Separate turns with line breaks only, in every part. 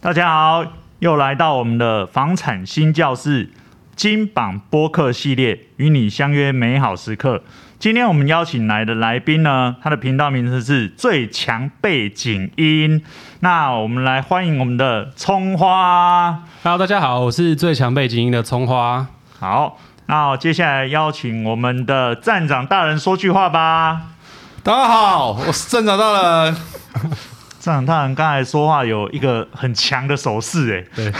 大家好，又来到我们的房产新教室金榜播客系列，与你相约美好时刻。今天我们邀请来的来宾呢，他的频道名字是最强背景音。那我们来欢迎我们的葱花。
Hello，大家好，我是最强背景音的葱花。
好，那接下来邀请我们的站长大人说句话吧。
大家好，我是镇长大人。
站长大人刚才说话有一个很强的手势，哎，
对，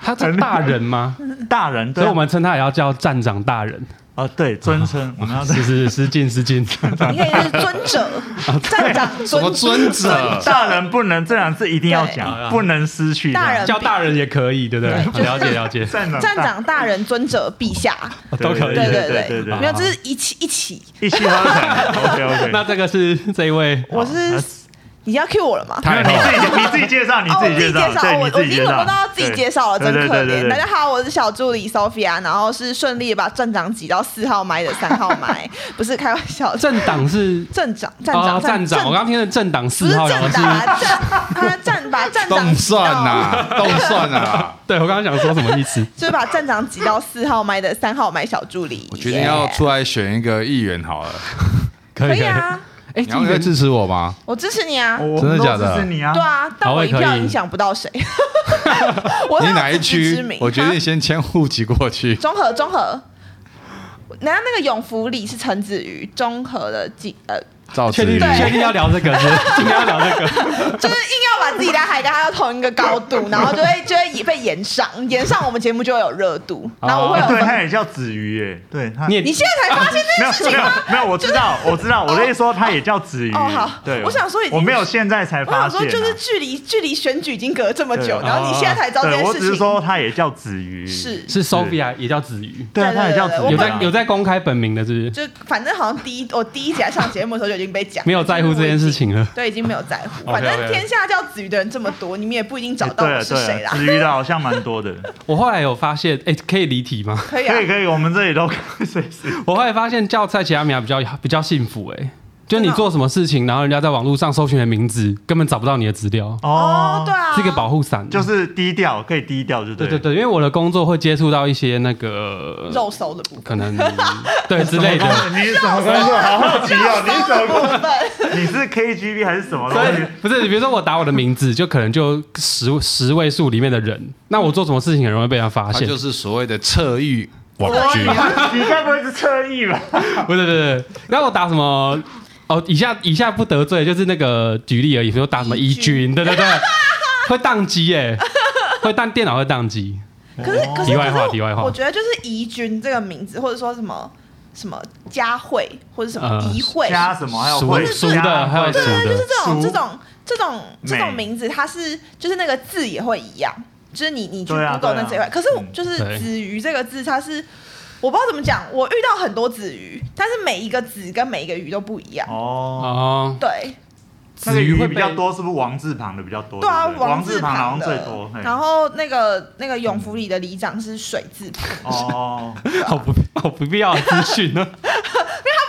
他是大人吗？
大人，
所
对
以
啊
我们称他也要叫站长大人。
啊，对，尊称我们 要
是是，失敬失敬。
你可以就是尊 者，
哦
站长
什么
尊
尊
啊
者？
大人不能这两字一定要讲，
对
不能失去。
大人
叫大人也可以，对不对？
对
了解 了解，
站长，
站长大人，尊者陛下，
都可以。
对
对
对
对
对对
没有，这是一起一起。
一起喝彩。OK OK，
那这个是这一位
我是你要 Q 我了吗？
太
你
后，
自己你自己介绍，你
哦，我
自己
自己
介
介绍，
对，
我
你
我
自
已
己介
经轮
绍
不到自己介绍了，
对
真
对
可
对对
怜。
对
大家好，我是小助理 Sophia，然后是顺利把站长挤到四号麦的三号麦， 不是开玩 笑，
政党是
站长站
哦
长
站长，我刚听的政党
不
四
是
号，然后
站
是
长啊，站 他站把站长
动
挤到
算
啊
啊呐、动算呐、
对我刚刚想说什么意思？
就是把站长挤到四号麦的三号麦小助理。
我决定要
Yeah
出来选一个议员好了，
可
可以啊，
哎，
你要
议
会
员
支持我吗？
我支持你啊。
我
真的假
我们
的
都支持你啊
对，啊，但
好
我
我
一
也可
票
以
影响不到谁。我
你
很有
哪一
自知之
区
明？
我决定
啊
先迁户籍过去。
中和中和。然后那个永福里是陈子瑜，中和的几呃，
赵子
确
瑜
定，
对
确定要聊这个是不是？今天要聊这个，
就是硬要把自己拉海跟他到同一个高度，然后就会就会被延上，延上我们节目就会有热度，然后我会有
哦对，
分。
他也叫子瑜，哎，对他
你。
你现在才发现这
没有
件事
没
情
有
吗？
没有，我知道我知道，我的意思说他也叫子瑜
哦好。
对，
我想说已经
我没有现在才
我
发
想
现
说，
啊，
就是距离距离选举已经隔了这么久，
对
然后你现在才知道这
对，
件
我
事
只是
情。
说他也叫子瑜，
是
是 Sophia 也叫子瑜，
对啊，
对对
他也叫子
对对
瑜
有
啊，
在有在公开本名的，是不是？
就反正好像第一我第一集来上节目的时候就已经被讲，
没有在乎这件事情了。
对，已经没有在乎。
OK，OK
反正天下叫子瑜的人这么多，你们也不一定找到
对
我
了
是
对啊
谁
了，
啦。
子瑜的好像蛮多的，
我后来有发现，哎、可以离题吗？
可以啊
可， 以可以，我们这里都可以随时
我后来发现叫蔡奇阿米亚比较比较幸福、哎，就你
真的哦
做什么事情，然后人家在网络上搜寻你的名字，根本找不到你的资料，
哦，对啊，
是一个保护伞。
就是低调，可以低调就
对
哦对了。
对对，因为我的工作会接触到一些那个
肉搜的部分，
可 能对之类 的，
你是什么工作？好好奇哦，你是什么
部
哦
分
你是 KGB 还是什么东
所以
西？
不是，比如说我打我的名字，就可能就十十位数里面的人，那我做什么事情很容易被人家发
他
现。
就是所谓的侧翼网啊军。
你该不会是侧翼吧？
不对对对，对然后我打什么？哦，以下以下不得罪，就是那个举例而已，比如说打什么
一
一
军
军，对对对，会宕机耶，会宕电脑会宕机，
可是
哦
可是
题外话
可是
题外话
我觉得就是怡君这个名字，或者说什么什么佳慧，或者什么
呃
怡慧，
加什么？还有
熟
会
熟的还有
对
熟
对，
的
就是这种
熟
这种这种这种
美
名字，它是就是那个字也会一样，就是你你去
对啊
Google
对啊
那这一块，可是我
嗯
就是
对
子瑜这个字，它是我不知道怎么讲，我遇到很多子瑜，但是每一个子跟每一个鱼都不一样，
哦。
哦，
对
那个鱼
会
比
被
较，多，是不是王字旁的比较多？
对啊，
不王
字
旁好
旁
像最多
的。，
嘿
然后那个那个永福里的里长是水字旁，
哦，
好不好不必要的资讯呢。
他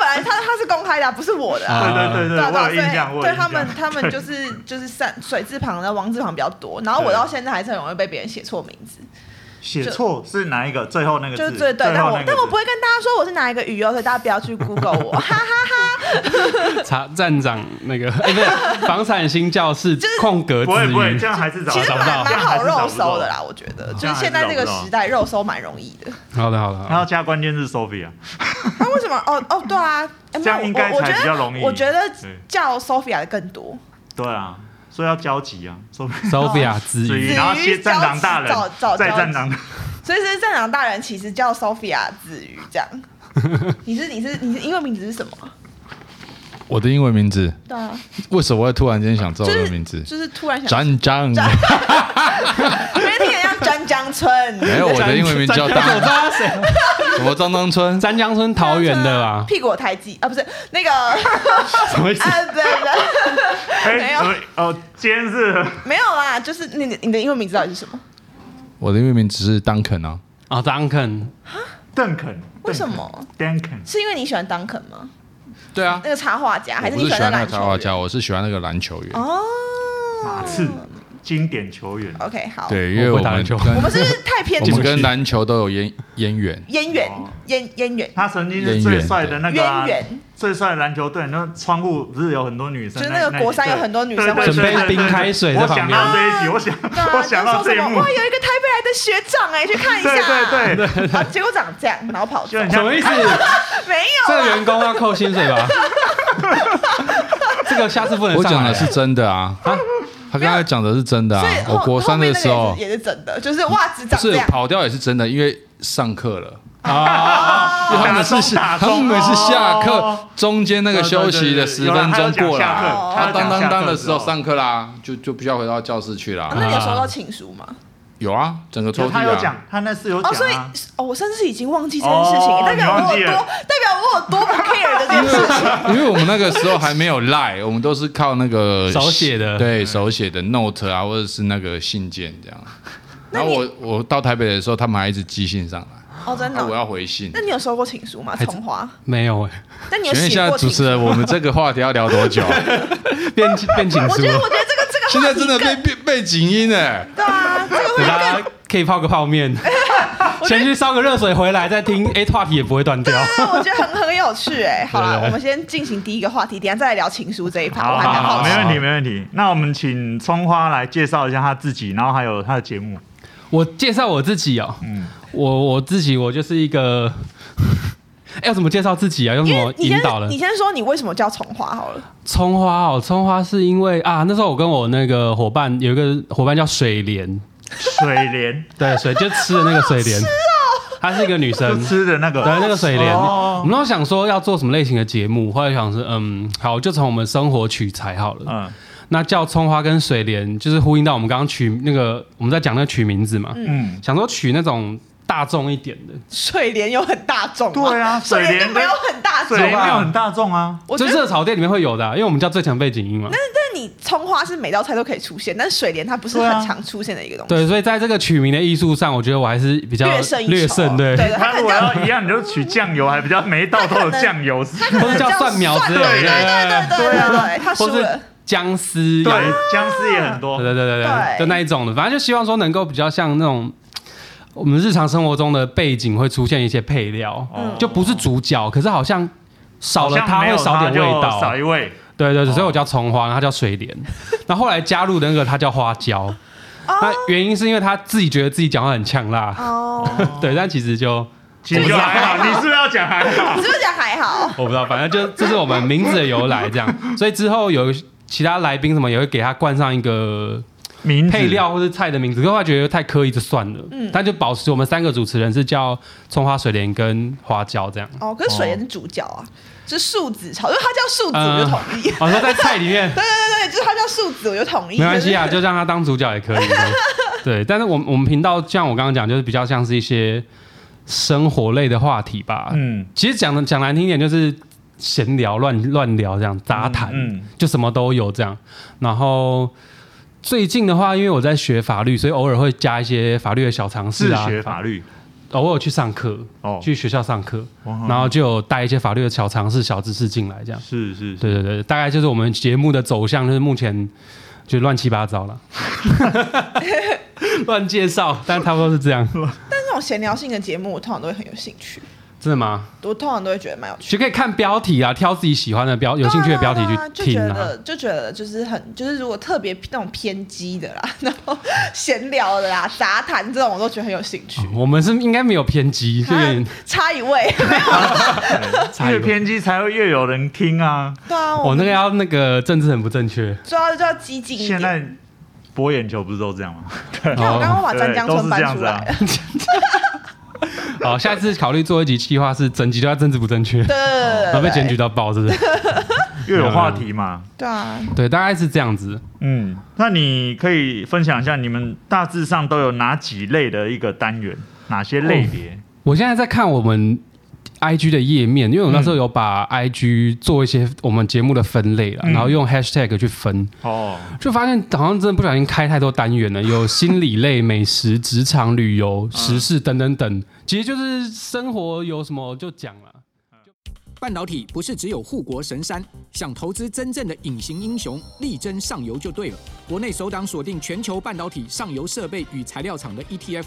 本来他他是公开的啊，不是我的啊。
对对对嗯对，
对啊对啊
我有印象，
所
我
以
有
对
印
他
象
们，他们就是就是三水字旁的王字旁比较多，然后我
对
到现在还是很容易被别人写错名字，
写错是哪一个？最后那个
就是
字，
对对，但
后
我
那个
但我
字
不会跟大家说我是哪一个鱼哦，所以大家不要去 Google 我，哈哈，
查站长那个，哎，不是房产新教室
就是
空格子
不会不会，这样还是找
其实
找不到
蛮蛮好肉
这样还
搜的。
是找不到
啦，我觉得，
这
就
样
是
还
现在
是
这个
找不到
时代肉搜蛮容易的。
好的好的，好
然后
的
加关键字 Sophie 啊，
那为什么？哦哦，对啊，哎
这样应该
没有我我
才
觉
比
得
较容易。
我觉得
对
叫 Sophia 的更多，
对啊，所以要交集啊，Sophie。
，Sophia 子
至
瑜，
于然后先站长大人
找找，
再
交集
站长，
所以是站长大人其实叫 Sophia 子瑜这样。你是你是你是英文名字是什么？
我的英文名字
对啊，
为什么会突然间想到我
就
的
是
名字？
就是突然想，啊
张张，
我觉得你很像张江村，
没有我的英文名叫
张我
张
知，道谁，
什么张张春？
詹江村桃园的吧？
屁股有胎记啊，不是那个，
什么意思？
啊对对， 没
哎
有，
哦，今天是
没有啦，就是你的你的英文名字到底是什么？
我的英文名字是 Duncan 啊，
哦，张肯，
邓肯，
为什么？
？Duncan，
是因为你喜欢 Duncan 吗？
对啊
那，个插画家，还
我
你
不是喜
欢
欢
那
那
个
个
篮
插画
球
家，
员？
我是喜欢那个篮球员。
哦，
马刺经典球员。
OK，好，
对，因为
我
我
会打
们
篮球
跟
我们是不是太偏
我
题
们跟篮球都有渊渊源。
渊源
哦
渊渊源，
他曾经是最帅的那个啊、
渊源
最帅的篮球队，那窗户不是有很多女生？
就是那个国三有很多女生
对对
会
对对
准备冰开水
我
在
想
旁边
到这一集，我想、
对啊，
我想到
就
这
说
一
什么
幕
哇，，有一个台北来的学长哎，去看一下，
对对对，
然后结果长这样，然后跑出
就
来
很，
什
像
么意思？
没有
这
啦
个员工要扣薪水吧？这个下次不能
我
上
讲
来
的是真的啊，他刚才讲的是真的
所
啊
以。后
我国三的时
后
候
面那个也是也是真的，就是袜子
不
长这
是
样，
跑掉也是真的，因为上课了。
啊，
因为他们
打
是
钟打
他
钟
们每次下
哦
课中间那个休息的十分钟过
有啦
课
啦，
他
他
有讲
当
下课
当当的
时
时候上课啦，就就不需要回到教室去
啊
啦。
那你有收到情书吗？
有啊，整个抽
有他有
屉啊
讲，，他那次有讲、
哦，
啊
所以哦，我甚至已经忘记这件事情，
哦
代表我有
你
多
忘记
代表我有多不 care 这件事 情。
因为我们那个时候还没有赖，我们都是靠那个
手写的
对手写的 note 啊，或者是那个信件这样。
那
然后
你
我我到台北的时候，他们还一直寄信上来，
哦，真的
啊那我
哦。
要回信
那。你有收过情书吗？
还
从华？
没有哎，
那 你有
请问一
写
下
过
主
情
持
书？
人，我们这个话题要 聊多久啊？
变变情
我
书
觉，得，我觉得这个这个
现
话
在
题
真的被
更
被被警音哎，
对啊，这个
等
会
大家可以泡个泡 面，先去烧个热水回来再听，哎，话题也不会 断掉。
对，我觉得很很有趣哎。好
对
了，
对
我们先进行第一个话题，等一下再来聊情书这一趴，
好
我还
好
蛮
好，
好
没
奇。
问题没问题。那我们请葱花来介绍一下他自己，然后还有他的节目。
我介绍我自己哦，
嗯，
我我自己我就是一个， 哎，要怎么介绍自己啊？用什
因
么
为你
引
先
导呢
你？先说你为什么叫从华好了。
葱花哦，葱花是因为啊，那时候我跟我那个伙伴有一个伙伴叫水莲，
水 莲
对，水就吃的那个水 莲，
哦
她是一个女
就
生，
吃的那个，
对，那个水莲，
哦
我们都想说要做什么类型的节目，后来想是，嗯，好，就从我们生活取材好了。
嗯
那叫葱花跟水莲，就是呼应到我们刚刚取那个，我们在讲那个取名字嘛，
嗯，
想说取那种大众一点的，
水莲有很大众吗，
对啊
水
水
莲
莲
就没有很大众
水莲没有
啊。
很大众啊。
我觉
就
得，
热炒店里面会有的啊、因为我们叫最强背景音嘛。
但你葱花是每道菜都可以出现，但水莲它不是
对啊
很常出现的一个东西。
对，所以在这个取名的艺术上，我觉得我还是比较
略胜一筹啊
略胜，对，
对，
他
它可
如
能
果
叫
要一样，你就取酱油，还比较每一道都有酱油汁。
或是叫蒜苗之类
对对
的，
对对对对，他输
或是
了。
姜丝
对
洋芋，
姜丝也很多。
对对对对
对
对，就那一种的，反正就希望说能够比较像那种我们日常生活中的背景会出现一些配料，
嗯
哦
就不是主角，可是好像少了
好
它
像没
会
有
少
它
点
就
味
啊
道。啊
少一味。
对对对，
哦
所以我叫葱花，然后它叫水 莲，然后后来加入的那个它叫花椒。
哦
那原因是因为他自己觉得自己讲话很呛辣，
哦，
对，但其实就
其实就还好，你是不是要讲还好
你？是不是讲还好？
我不知道，反正就这是我们名字的由来这 样。所以之后有其他来宾什么也会给他冠上一个
名
配料或是菜的名字，可是我觉得太刻意就算了。
嗯
但就保持我们三个主持人是叫葱花水莲跟花椒 这样。
哦，可是水莲是主角啊，是树子炒，因为他叫树
嗯
子，我就同意。
我哦说在菜里面
对对对对，就是他叫树子，我就同意。
没关
哎
系啊，
就是
就让他当主角也可以。对，但是我们我们频道像我刚刚讲，就是比较像是一些生活类的话题
啊
吧。
嗯，
其实讲的讲难听一点，就是闲聊、乱乱聊这样杂谈，
嗯嗯
就什么都有这样。然后最近的话，因为我在学法律，所以偶尔会加一些法律的小常识
自
啊，
学法律
偶尔去上课，
哦，
去学校上课，
哇
然后就有带一些法律的小常识、小知识进来，这样。
是是是，
对对对，大概就是我们节目的走向，就是目前就乱七八糟了，乱介绍，但差不多是这样。
但这种闲聊性的节目，我通常都会很有兴趣，
真的吗？
我通常都会觉得蛮有趣。
其实可以看标题啊，挑自己喜欢的标、有兴趣的标题
对啊对啊
去听
就觉
啊。
得就觉得就是很就是如果特别那种偏激的啦， 然后闲聊的啦、杂谈这种，我都觉得很有兴趣。
我们是应该没有偏激，就有点
啊差一位，
对越偏激才会越有人听啊。
对啊，
我
们
那个要那个政治很不正 确。
就要就要激进一
现
点。
在博眼球不是都这样吗？
你看我刚刚把
对
湛江
都是这
村搬
样
出
子啊
来了。。
好，下次考虑做一集企划是整集都要政治不正确，
对对对对
然后哦被检举到爆，是 不是？
又有话题嘛。
对啊，
对，大概是这样子。
嗯，那你可以分享一下你们大致上都有哪几类的一个单元，哪些类别？
我现在在看我们 I G 的页面，因为我那时候有把 I G 做一些我们节目的分类了，
嗯
然后用 hashtag 去分，
哦，
就发现好像真的不小心开太多单元了，有心理类、美食、职场、旅游、时事等等等，其实就是生活有什么就讲了。
半导体不是只有护国神山，想投资真正的隐形英雄，力争上游就对了。国内首档锁定全球半导体上游设备与材料厂的 ETF，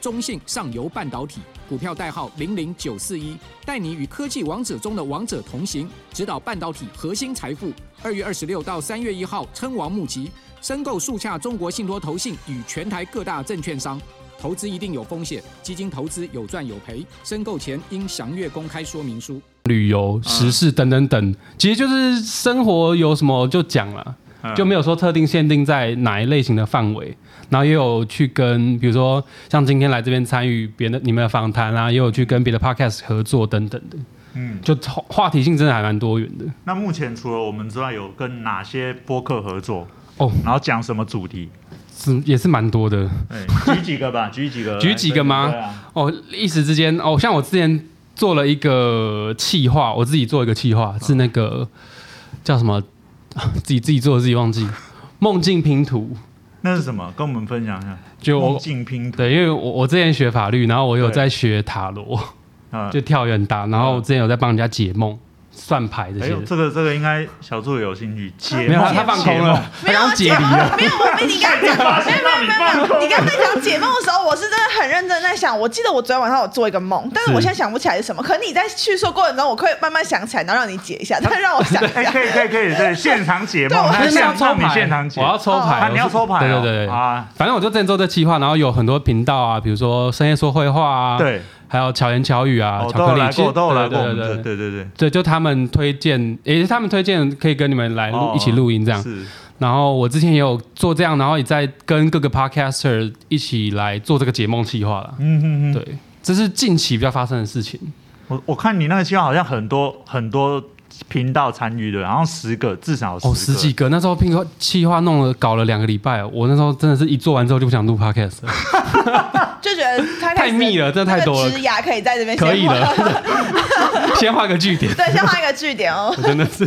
中信上游半导体，股票代号零零九四一，带你与科技王者中的王者同行，指导半导体核心财富。二月二十六到三月一号，称王募集，申购速洽中国信托投信与全台各大证券商。投资一定有风险，基金投资有赚有赔，申购前应详阅公开说明书。
旅游、时事等等等，其实就是生活有什么就讲了，
嗯
就没有说特定限定在哪一类型的范围。然后也有去跟，比如说像今天来这边参与别的你们的访谈啊，也有去跟别的 podcast 合作等等的，
嗯，
就话话题性真的还蛮多元的。
那目前除了我们之外，有跟哪些播客合作？
哦
然后讲什么主题？
是也是蛮多的
对，举几个吧，举几个，
举几个吗
对啊，
哦。一时之间，哦，像我之前做了一个企划，我自己做一个企划，是那个叫什么， 自己自己做的自己忘记，梦境拼图。
那是什么？跟我们分享一下。
就我
梦境拼图，
对，因为我我之前学法律，然后我有
对
在学塔罗，
啊，
就跳跃很大，然后我之前有在帮人家解梦、算牌这
哎
些
呦，。这个这个应该小助理有兴趣。解
没有，他
梦
他放空，
解
了，他刚解离了。
没有，我被你刚刚讲，
梦现 到你放空
你刚刚在讲解梦的时候，我是真的很认真在想。我记得我昨天晚上有做一个梦，但是我现在想不起来是什么。可是你在叙述过程中，我会慢慢想起来，然后让你解一下，但让我 想一
哎，
下。
可以可以可以，对，现场解
对
梦，
我
他
但是
现
要抽
让你
牌，
现场解，
我要抽牌，
啊
我
你要
是
抽牌哦
对对对对
啊
反正我就之前做这计划，然后有很多频道啊，比如说深夜说绘画啊，，
对，哦
还有巧言巧语啊，
我都
巧
有
克力
来
其
过，
实
都有来过，我
对
们
对
这对
对对。
对对，
对，就他们推荐，也是他们推荐，可以跟你们来录
哦
一起录音这样。
是，
然后我之前也有做这样，然后也在跟各个 podcaster 一起来做这个解梦计划了。
嗯哼哼，
对，这是近期比较发生的事情。
我我看你那个计划好像很多很多频道参与的，然后十个至少有
哦，
十
十
个
几个，那时候拼个计划弄了搞了两个礼拜，我那时候真的是一做完之后就不想录 podcast 了，
就觉得他
太密了真的太多了
植牙可以在这边哎先
可以
画
了， 先画个句点，
对，先画一个句点哦，
真的是。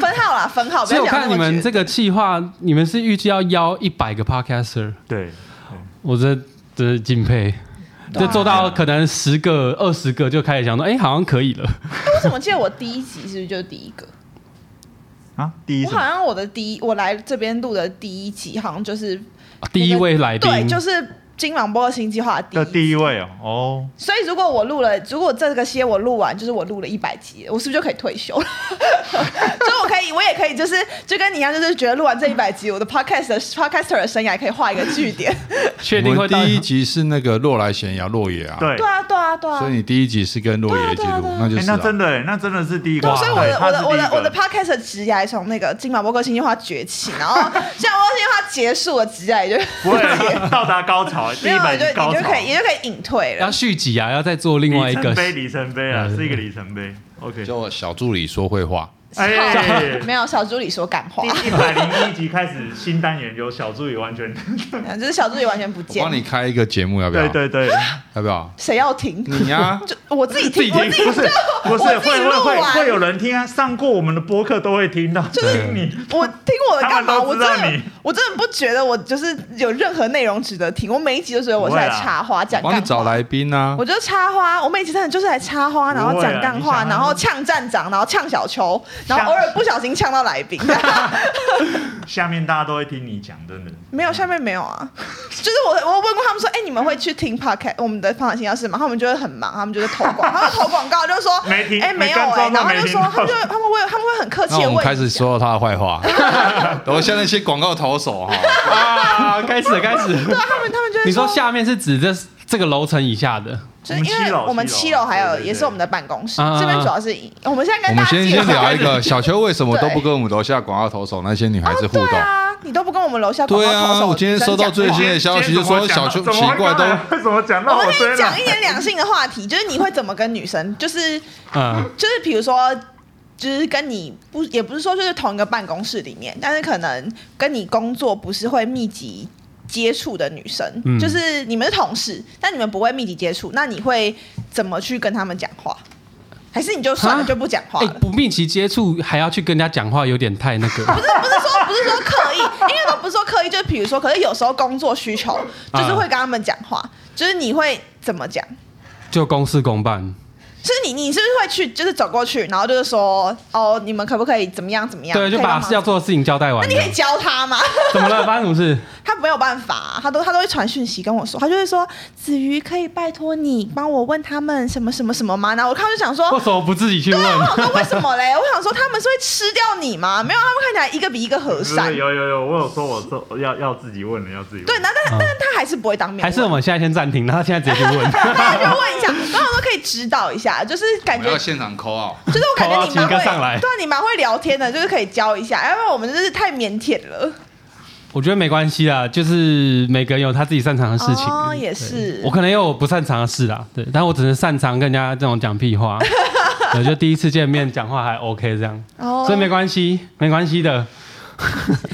分号啦，分号。不
所以
要
我
讲
看
那
你
么
们
绝。
这个计划，你们是预计要邀一百个 podcaster，
对，
我真真是敬佩。
啊
就做到可能十个、二十个就开始想说，哎、好像可以了。
哎为什么记得我第一集是不是就是第一个？
啊，第一
我
什
好
么
像我的第一，我来这边录的第一集，好像就是
第一位来宾，
啊对，就是金芒波新计划的第一
的
集
第一位哦，哦，
所以如果我录了，如果这个些我录完，就是我录了一百集，我是不是就可以退休了？ 就是我可以，我也可以，就是就跟你一样，就是觉得录完这一百集，我的 podcast 的 podcaster 的生涯可以画一个句点。
确
我
定会
们
到
第一集是那个洛来闲聊洛野啊，，
对
对。啊，对啊，对啊。
所以你第一集是跟洛野一起
对啊
录
对啊对啊，
那就
哎，
是
那
啊
真的，哎那真的是第一个
对，
哇，
所以我的我
他是
的我的
第一个
我的 podcast 的职涯从那个金马波克新计划崛起，然后金马波克新计划结束了，职 涯也就
不 会到达高潮，哎第
没
一
有，
本
就
高
你就
潮
可，以， 也就可以隐退
要
了。
续集啊，要再做另外一
里程。
个
碑，里程碑啊，
对对
是一个里程碑。OK，
就小助理说绘画，
哎，
没有小助理 说感话，
第一百零一集开始新单元有小助理完全，
就是小助理完全不
我
见
帮。你开一个节目，要不要？
对，对对，
要不要？
谁要停？
你呀，
就我自己听，
自
我
己听
自己
不是不是
我
会
自己
会
录
会
完
会有人听啊，上过我们的播客都会听到，就是你
我听我的干
他
嘛？
们
我
都
真
知道
的
你，
我真的不觉得我就是有任何内容值得听。我每一集都觉得我是来
啊
插花讲
帮
干
你找
话，
来宾啊
我。就插花。我每一集真的就是来插花，然后
不会啊
讲干
你
话，
想啊
然后呛站长，然后呛小球，然后偶尔不小心呛到来宾。
下面大家都会听你讲，真的。
没有，下面没有啊。就是我，我问过他们说，哎、你们会去听 podcast 我们的放心要是吗？他们就会很忙，他们就是投 广，他们投广告就说，
没听
哎、没有
没跟
哎、
踪
然后
没
就
听
说，他们就
到
他们会他们会很客气
那
的
我们
问，
开始说他的 坏话，我像那些广告投手哈，
啊，开始了开始了。
对啊，他们他们就会
你说下面是指这这个楼层以下的，
就是因为我
我
们
们
七
七楼
楼还有
对对对
也是我们的办公室，
啊啊啊
这边主要是以我们现在
我
跟大
们
家
先
介
先
绍
聊一个小秋为什么都不跟我们楼下广告投手那些女孩子互
对
动？
啊，你都不跟我们楼下广
对
告投
啊，
手
我今天收到最
真
新
讲
的消息，就说小秋奇怪都
为什么讲
我
到我
们
追
可以
了
讲一？点两性的话题，就是你会怎么跟女生，就是
嗯，
就是比如说。就是跟你不也不是说就是同一个办公室里面，但是可能跟你工作不是会密集接触的女生，
嗯
就是你们是同事，但你们不会密集接触，那你会怎么去跟他们讲话？还是你就算了
哈
就不讲话
哎、
了？
不密集接触还要去跟人家讲话，有点太那
不
个。
是不是说不是说刻意，应该都不是说刻意，就是比如说，可是有时候工作需求
啊
就是会跟他们讲话，就是你会怎么讲？
就公事公办，
是你你是不是会去就是走过去，然后就是说哦，你们可不可以怎么样怎么样？
对，就
可以帮
把
忙
要做的事情交代完
那
了
你。可以教他吗？
怎么了？发生什么事？
他没有办法、他都他都会传讯息跟我说，他就会说子瑜可以拜托你帮我问他们什么什么什么吗？然后我看就想说，啊
为什么不自己去问？
我想说为什么嘞？我想说他们是会吃掉你吗？没有，他们看起来一个比一个和善。
有有有，我有说我说要要自己问了，要自己问。
对，然后但、
嗯
但是他还是不会当面问，
还是我们现在先暂停，然后现在直接去 问。
大家就问一下，然后我说可以指导一下，就是
我
感
们
觉
要现场 抠啊！
就是我感觉你
好
蛮
啊请
会，
哥上来
对啊，你蛮会聊天的，就是可以教一下，要不然我们真是太腼腆了。
我觉得没关系啦，就是每个人有他自己擅长的事情。
哦，也是
我。可能也有不擅长的事啦，对，但我只是擅长跟人家这种讲屁 话。我就第一次见面讲话还 OK 这样，
哦
所以没关系，没关系 的，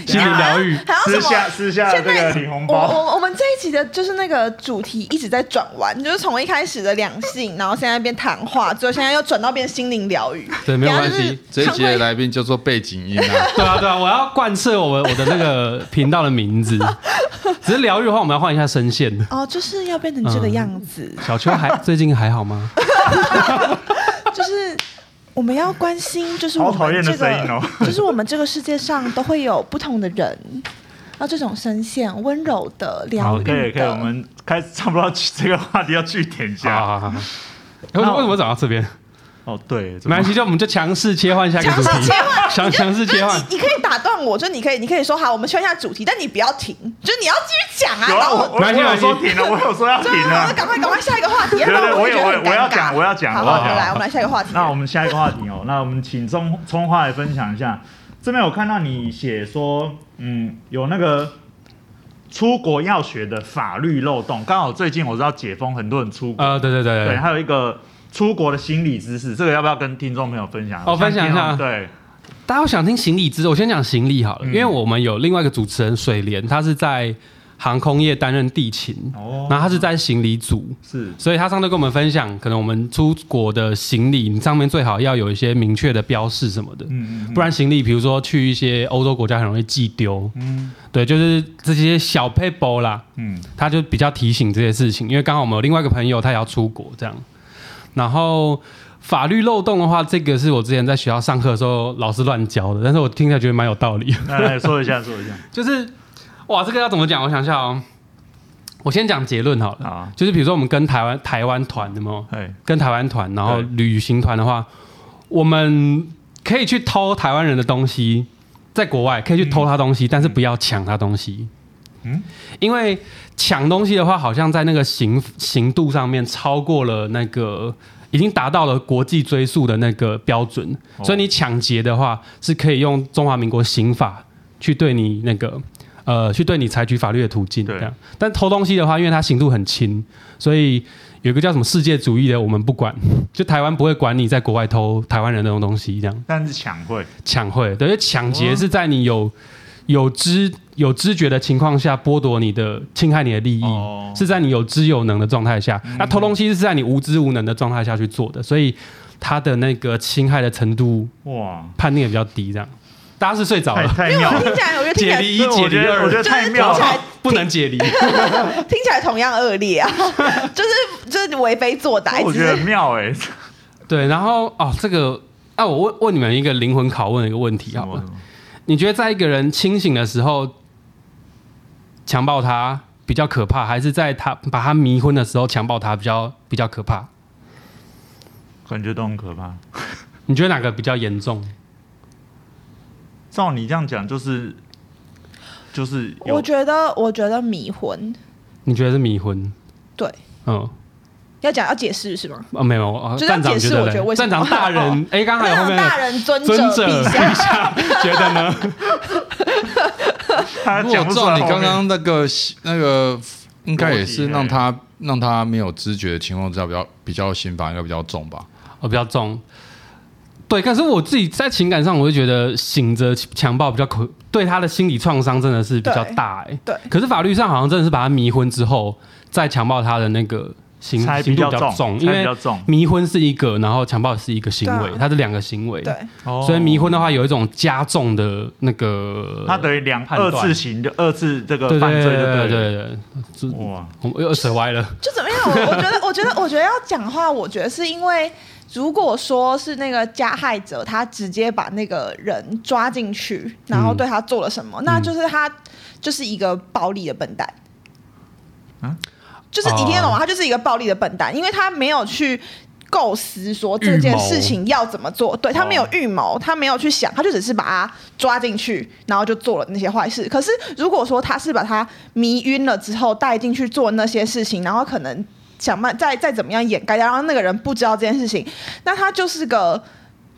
心灵疗愈。
还有
私
什么？
下私下这
现在
个领红
我
包，
我我们这一集的就是那个主题一直在转弯，就是从一开始的两性，然后现在变谈话，最后现在又转到变心灵疗愈。
对没有关系
等下就
这一集
是常
的
会
来宾叫做背景音啊，
对啊，对啊，我要贯彻我我的那个频道的名 字。只是疗愈的话，我们要换一下声线。
哦，就是要变成这个样子，
小秋还最近还好吗？
就是。我们要关心，就是
好
我
讨
们
厌的
这个，
声音哦
就是我们这个世界上都会有不同的人，然后这种声线温柔的、疗
好
愈的，
可以可以，我们开始差不多要去这个话题要据点一
好
下。
好好好。为什么为什么找到这边？
哦，对，怎
没
么
关系，就我们就强势切换下一个主
强
题
势切换，
强强势切换
你。你可以打断我，就你可以，你可以说好，我们切换一下主题，但你不要停，就是你要继续讲啊。
有
然
啊，
后
我
我，
我我
没关系
有说
没关系
停了，我有说要停
对啊，
了
我。赶快赶快下一个话题，要不
对
然
对
我会觉得
我有
很尴尬
我要讲我要讲
好，
我要讲
好来，我们来下一个话题。
那我们下一个话题哦，那我们请中葱花来分享一下。这边我看到你写说，嗯，有那个出国要学的法律漏洞。刚好最近我知道解封，很多人出国，
呃，对对对
对，
对，
还有一个出国的心理知识，这个要不要跟听众朋友分享？
哦分享一下
对，
大家有想听行李知识，我先讲行李好了，因为我们有另外一个主持人水莲，她是在航空业担任地勤，
哦
然后她是在行李组，
是
所以她上次跟我们分享，可能我们出国的行李，你上面最好要有一些明确的标示什么的，
嗯嗯
不然行李，比如说去一些欧洲国家很容易寄丢，
嗯
对，就是这些小 paper 啦，
嗯，
他就比较提醒这些事情，因为刚好我们有另外一个朋友他也要出国这样，然后法律漏洞的话，这个是我之前在学校上课的时候老师乱教的，但是我听起来觉得蛮有道理，
来来说一下说一下，
就是哇，这个要怎么讲？我想一下哦，我先讲结论好了，
好啊
就是比如说我们跟台湾台湾团的嘛，
哎，
跟台湾团，然
对
后旅行团的话，我们可以去偷台湾人的东西，在国外可以去偷他东西，但是不要抢他东西。
嗯
嗯，因为抢东西的话，好像在那个刑刑度上面超过了那个。已经达到了国际追溯的那个标准，
哦
所以你抢劫的话是可以用中华民国刑法去对你那个呃去对你采取法律的途径
对
这样。但偷东西的话，因为它刑度很轻，所以有一个叫什么世界主义的，我们不管，就台湾不会管你在国外偷台湾人那种东西，这样
但是抢会，
抢会，对，因为抢劫是在你
哦
有有知有知觉的情况下剥夺你的侵害你的利益，
哦嗯
是在你有知有能的状态下。那偷东西是在你无知无能的状态下去做的，所以它的那个侵害的程度
哇，
判定也比较低，这样。大家是睡着
太
了，
太
因为
妙
我
了，
听起来，我觉得听起
解
来
离一
这
解
哎我
离
觉得
二
我觉得太妙
就是听起来
了，
不能 解离。
听起来同样恶劣啊， 就是就是为非作歹，
我
只
觉得很
是
妙 哎，
对，然后哦，这个啊，我问问你们一个灵魂拷问的一个问题
什
好
么
了，你觉得在一个人清醒的时候强暴他比较可怕，还是在他把他迷昏的时候强暴他比较比较可怕？
感觉都很可怕。
你觉得哪个比较严重？
照你这样讲，就是就是有
我觉得我觉得迷魂，
你觉得是迷昏？
对，
嗯，
要讲要解释是吗？
哦，没有，哦
就是要
站长
解释
觉得
我觉得
嘞，
为什
站
么
长大 人，哎，刚才有后面
让大
的
人尊
尊者
陛
陛
下，
下觉得呢？
他
如果
讲不出
照
来
你
后面
刚刚那个那个，应该也
逻
是
辑
让他让他没有知觉的情况之下，比较比较刑罚应该比较重吧？
我比较重。对，可是我自己在情感上，我就觉得醒着强暴比较可，对他的心理创伤真的是比较大哎、
对
可是法律上好像真的是把他迷昏之后，再强暴他的那个刑
才
刑
比
度
较
比较重，
重，
因
才比
为
较重。
迷昏是一个，然后强暴是一个行为
对，啊
它是两个行为。
对，
哦
哦所以迷昏的话有一种加重的那个，
他等于两
判断
二次刑就二次这个
对
犯罪
对
就
对对对
了。
对对，
哇，
我们又扯歪了。
就怎么样？我我觉得，我觉得，我觉得要讲话，我觉得是因为如果说是那个加害者，他直接把那个人抓进去，然后对他做了什么，那就是他就是一个暴力的笨蛋。
啊
就是你听得懂吗？
哦
他就是一个暴力的笨蛋，因为他没有去构思说这件事情要怎么做，对他没有预谋，他没有去想，他就只是把他抓进去，然后就做了那些坏事。可是如果说他是把他迷晕了之后带进去做那些事情，然后可能想办再再怎么样掩盖掉，然后那个人不知道这件事情，那他就是个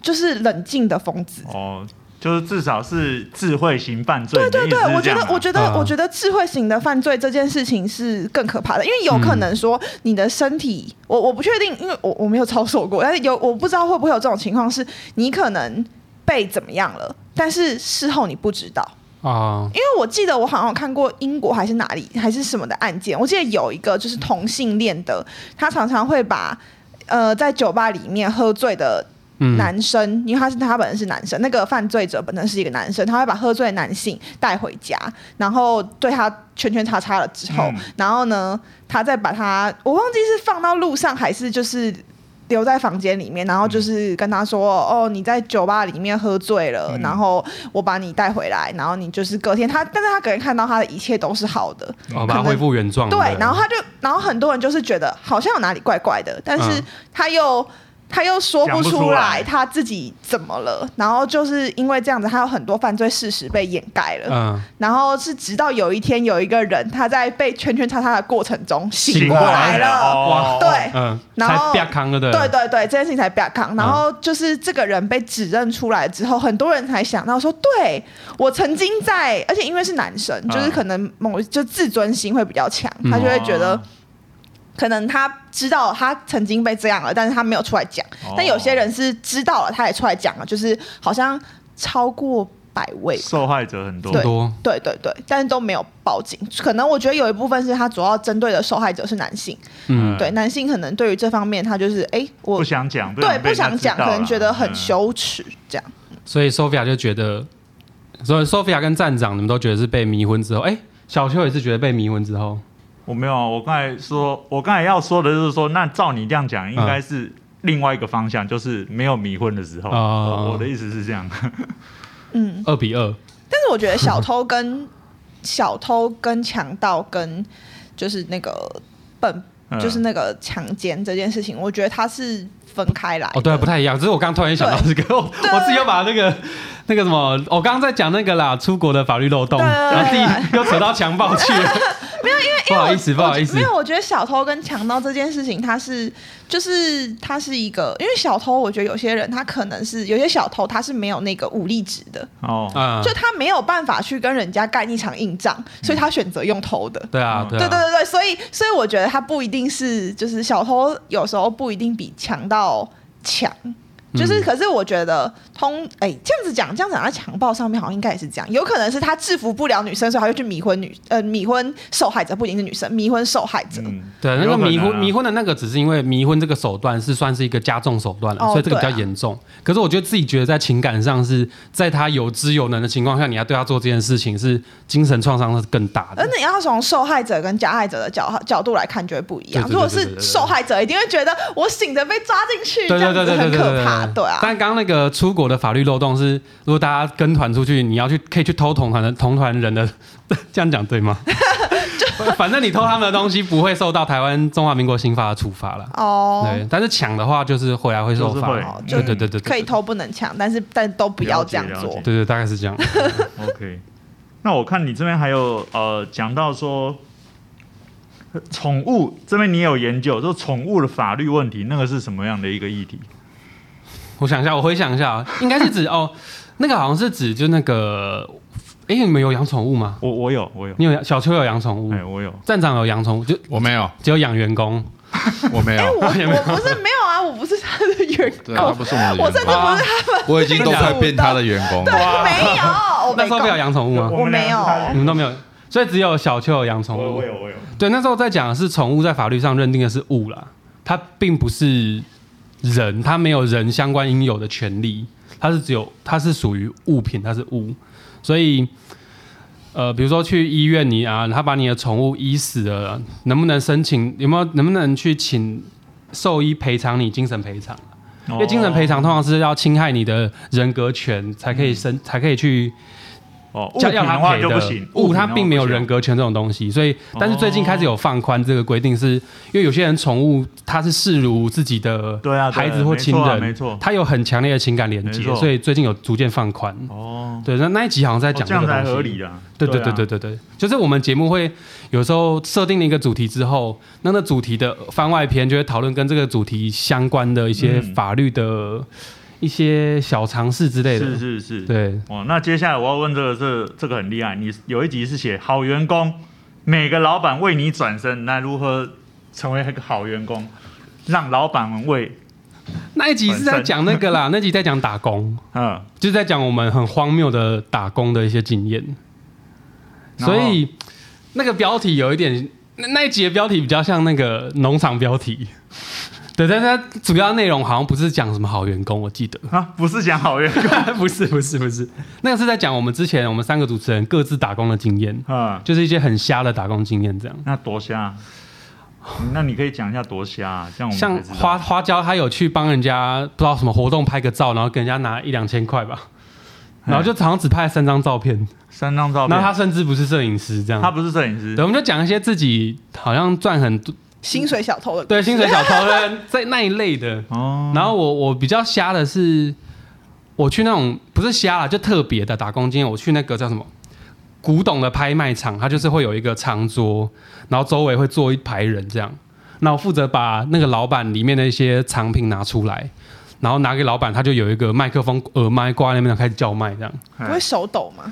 就是冷静的疯子。
哦，就是至少是智慧型犯罪。
对对
你的意思
对，
是
我
这
觉
样啊
得
吗，
我觉得，
嗯
我觉得智慧型的犯罪这件事情是更可怕的，因为有可
嗯
能说你的身体，我我不确定，因为我我没有操守过，但是有我不知道会不会有这种情况，是你可能被怎么样了，但是事后你不知道。
啊，
因为我记得我好像有看过英国还是哪里还是什么的案件，我记得有一个就是同性恋的，他常常会把呃在酒吧里面喝醉的
嗯，
男生，因为他是他本身是男生，那个犯罪者本身是一个男生，他会把喝醉的男性带回家，然后对他圈圈叉叉了之后，
嗯
然后呢，他再把他，我忘记是放到路上还是就是。留在房间里面，然后就是跟他说：“哦，你在酒吧里面喝醉了，
嗯
然后我把你带回来，然后你就是隔天他，但是他隔天看到他的一切都是好的，
哦，把它
可能
恢复原状。
对，然后他就，然后很多人就是觉得好像有哪里怪怪的，但是
嗯
他又、他又说
讲
不
不
出
出
来
来
他自己怎么了，然后就是因为这样子，他有很多犯罪事实被掩盖了，
嗯，
然后是直到有一天有一个人他在被圈圈叉叉的过程中醒
醒
过
过来
来了，
哦
对。
嗯，
然后
才变康了的，
对对对，这件事情才比较康。然
嗯
后就是这个人被指认出来之后，很多人才想到说，对我曾经在，而且因为是男生，就是
嗯
可能某就自尊心会比较强，
嗯
他就会觉得
哦。
可能他知道他曾经被这样了，但是他没有出来讲。
哦
但有些人是知道了，他也出来讲了，就是好像超过百位
受害者很多。
不多，
对对对，但是都没有报警。可能我觉得有一部分是他主要针对的受害者是男性，
嗯，
对男性可能对于这方面他就是哎、诶我
不想讲，
对，
想被
不
人家
想讲，
知道
可
啦
能觉得很。
嗯
羞耻，这样。
所以 Sophia 就觉得，所以 Sophia 跟站长你们都觉得是被迷昏之后，哎，小秋也是觉得被迷昏之后，
我没有啊，我刚才说，我刚才要说的就是说，那照你这样讲，应该是另外一个方向，就是没有迷婚的时候。
哦
我我的意思是这样。
嗯，
二比二，
但是我觉得小偷跟小偷跟强盗跟就是那个笨，
嗯
就是那个强奸这件事情，我觉得它是分开来的。
哦，对，不太一样。只是我刚突然想到这个，我 我自己又把那个那个什么，我刚刚在讲那个啦，出国的法律漏洞，
对对对
然后自己又扯到强暴去 了。没有，因为不好意思，
我
不好意思
没，有，我觉得小偷跟强盗这件事情，它是就是它是一个，因为小偷，我觉得有些人他可能是有些小偷他是没有那个武力值的，
哦，
嗯
就，他没有办法去跟人家干一场硬仗，所以他选择用偷的。
对啊，对
对对
啊，
对对，所以所以我觉得他不一定是就是小偷，有时候不一定比强盗强。就是，
嗯
可是我觉得通哎、这样子讲，这样讲在强暴上面好像应该也是这样，有可能是他制服不了女生，所以他就去迷昏女呃迷昏受害者，不一定是女生，迷昏受害者。
嗯，
对，那
有
个
可能啊
迷婚迷婚的那个，只是因为迷婚这个手段是算是一个加重手段了，
哦
所以这个比
对啊
较严重。可是我觉得自己觉得在情感上是在他有知有能的情况下，你要对他做这件事情，是精神创伤是更大
而
的。
你要从受害者跟加害者的角角度来看，就会不一样。
对对对
如果
对对
是
对对
受害者，一定会觉得我醒着被抓进去，这
对对
样
对
子
对对
很
对
可怕，对啊。
但刚刚那个出国的法律漏洞是，如果大家跟团出去，你要去可以去偷同团的同团人的， 这样讲对 吗？反正你偷他们的东西不会受到台湾中华民国刑法的处罚了。
哦，
对，但是抢的话就是回来会受罚
就是会
哦。就
对对对对，对
可以。偷不能抢，但是但都不要这样
了解了
做
解。
对对，大概是这样。
OK，那我看你这边还有呃讲到说，呃宠物这边你有研究，就宠物的法律问题，那个是什么样的一个议题？
我想一下，我回想一下，应该是指哦，那个好像是指就那个，哎、你们有养宠物吗？
我我有我有，
你有养小秋有养宠物
哎、，我有，
站长有养宠物，就
我 没有，
只有养员工。
我没
啊
哎、
有，
我我不是没有啊，我不是他的员
对，啊他
工，
不是我们
我
的
真
员
的
工，
不是他们，
我已经都快变他的员工了。
我 没有，我
啊 那
没
时候没有
空。
养宠物吗？嗯
我没有
你们都没有，所以只有小秋有养宠
我
物
我。有我有，
对，那时候在讲的是宠物在法律上认定的是物啦，它并不是人，它没有人相关应有的权利，它是只有它是属于物品，它是物，所以。呃，比如说去医院你啊，他把你的宠物医死了，能不能申请？有没有能不能去请兽医赔偿你精神赔偿啊？因为精神赔偿通常是要侵害你的人格权才可以申，才可以去
哦，物
叫
品
要
的
他
话
赔
就不行，
物
品的
它
话
并没有
不行
人格权这种东西，所以但是最近开始有放宽这个规定是，因为有些人宠物它是视如自己的
对啊对啊
孩子或亲
没错啊没
人
错，
它有很强烈的情感连
没
接
错，
所以最近有逐渐放宽。
哦，
对，那那一集好像在讲
哦这样
个
才
东西
合理的啊。
对对
啊
对对对对，就是我们节目会有时候设定了一个主题之后，那那主题的番外篇就会讨论跟这个主题相关的一些
嗯
法律的一些小常识之类的。
是是是，。
对，
哦，那接下来我要问这个，这这个很厉害。你有一集是写好员工，每个老板为你转身，那如何成为一个好员工，让老板为
那一集是在讲那个啦，那集在讲打工，
嗯，
就是在讲我们很荒谬的打工的一些经验。
然后
所以那个标题有一点，那那一集的标题比较像那个农场标题。 对，但是它主要内容好像不是讲什么好员工，我记得。
啊，不是讲好员工，
不是不是不是，那个是在讲我们之前我们三个主持人各自打工的经验，
嗯，
就是一些很瞎的打工经验这样。
那多瞎，那你可以讲一下多瞎、啊，这样我们
像
才知道
花花椒，他有去帮人家不知道什么活动拍个照，然后给人家拿一两千块吧，然后就好像只拍了三张照片，
三张哎照片，
然后他甚至不是摄影师这样。
他不是摄影师
对，，我们就讲一些自己好像赚很多，
薪水小偷的
对薪水小 偷的在那一类的。
哦，
然后我我比较瞎的是，我去那种不是瞎啦，就特别的打工经验，我去那个叫什么古董的拍卖场，它就是会有一个长桌，然后周围会坐一排人这样。那我负责把那个老板里面的一些藏品拿出来，然后拿给老板，他就有一个麦克风耳麦挂在那边开始叫卖这样。
哎
不会手抖吗？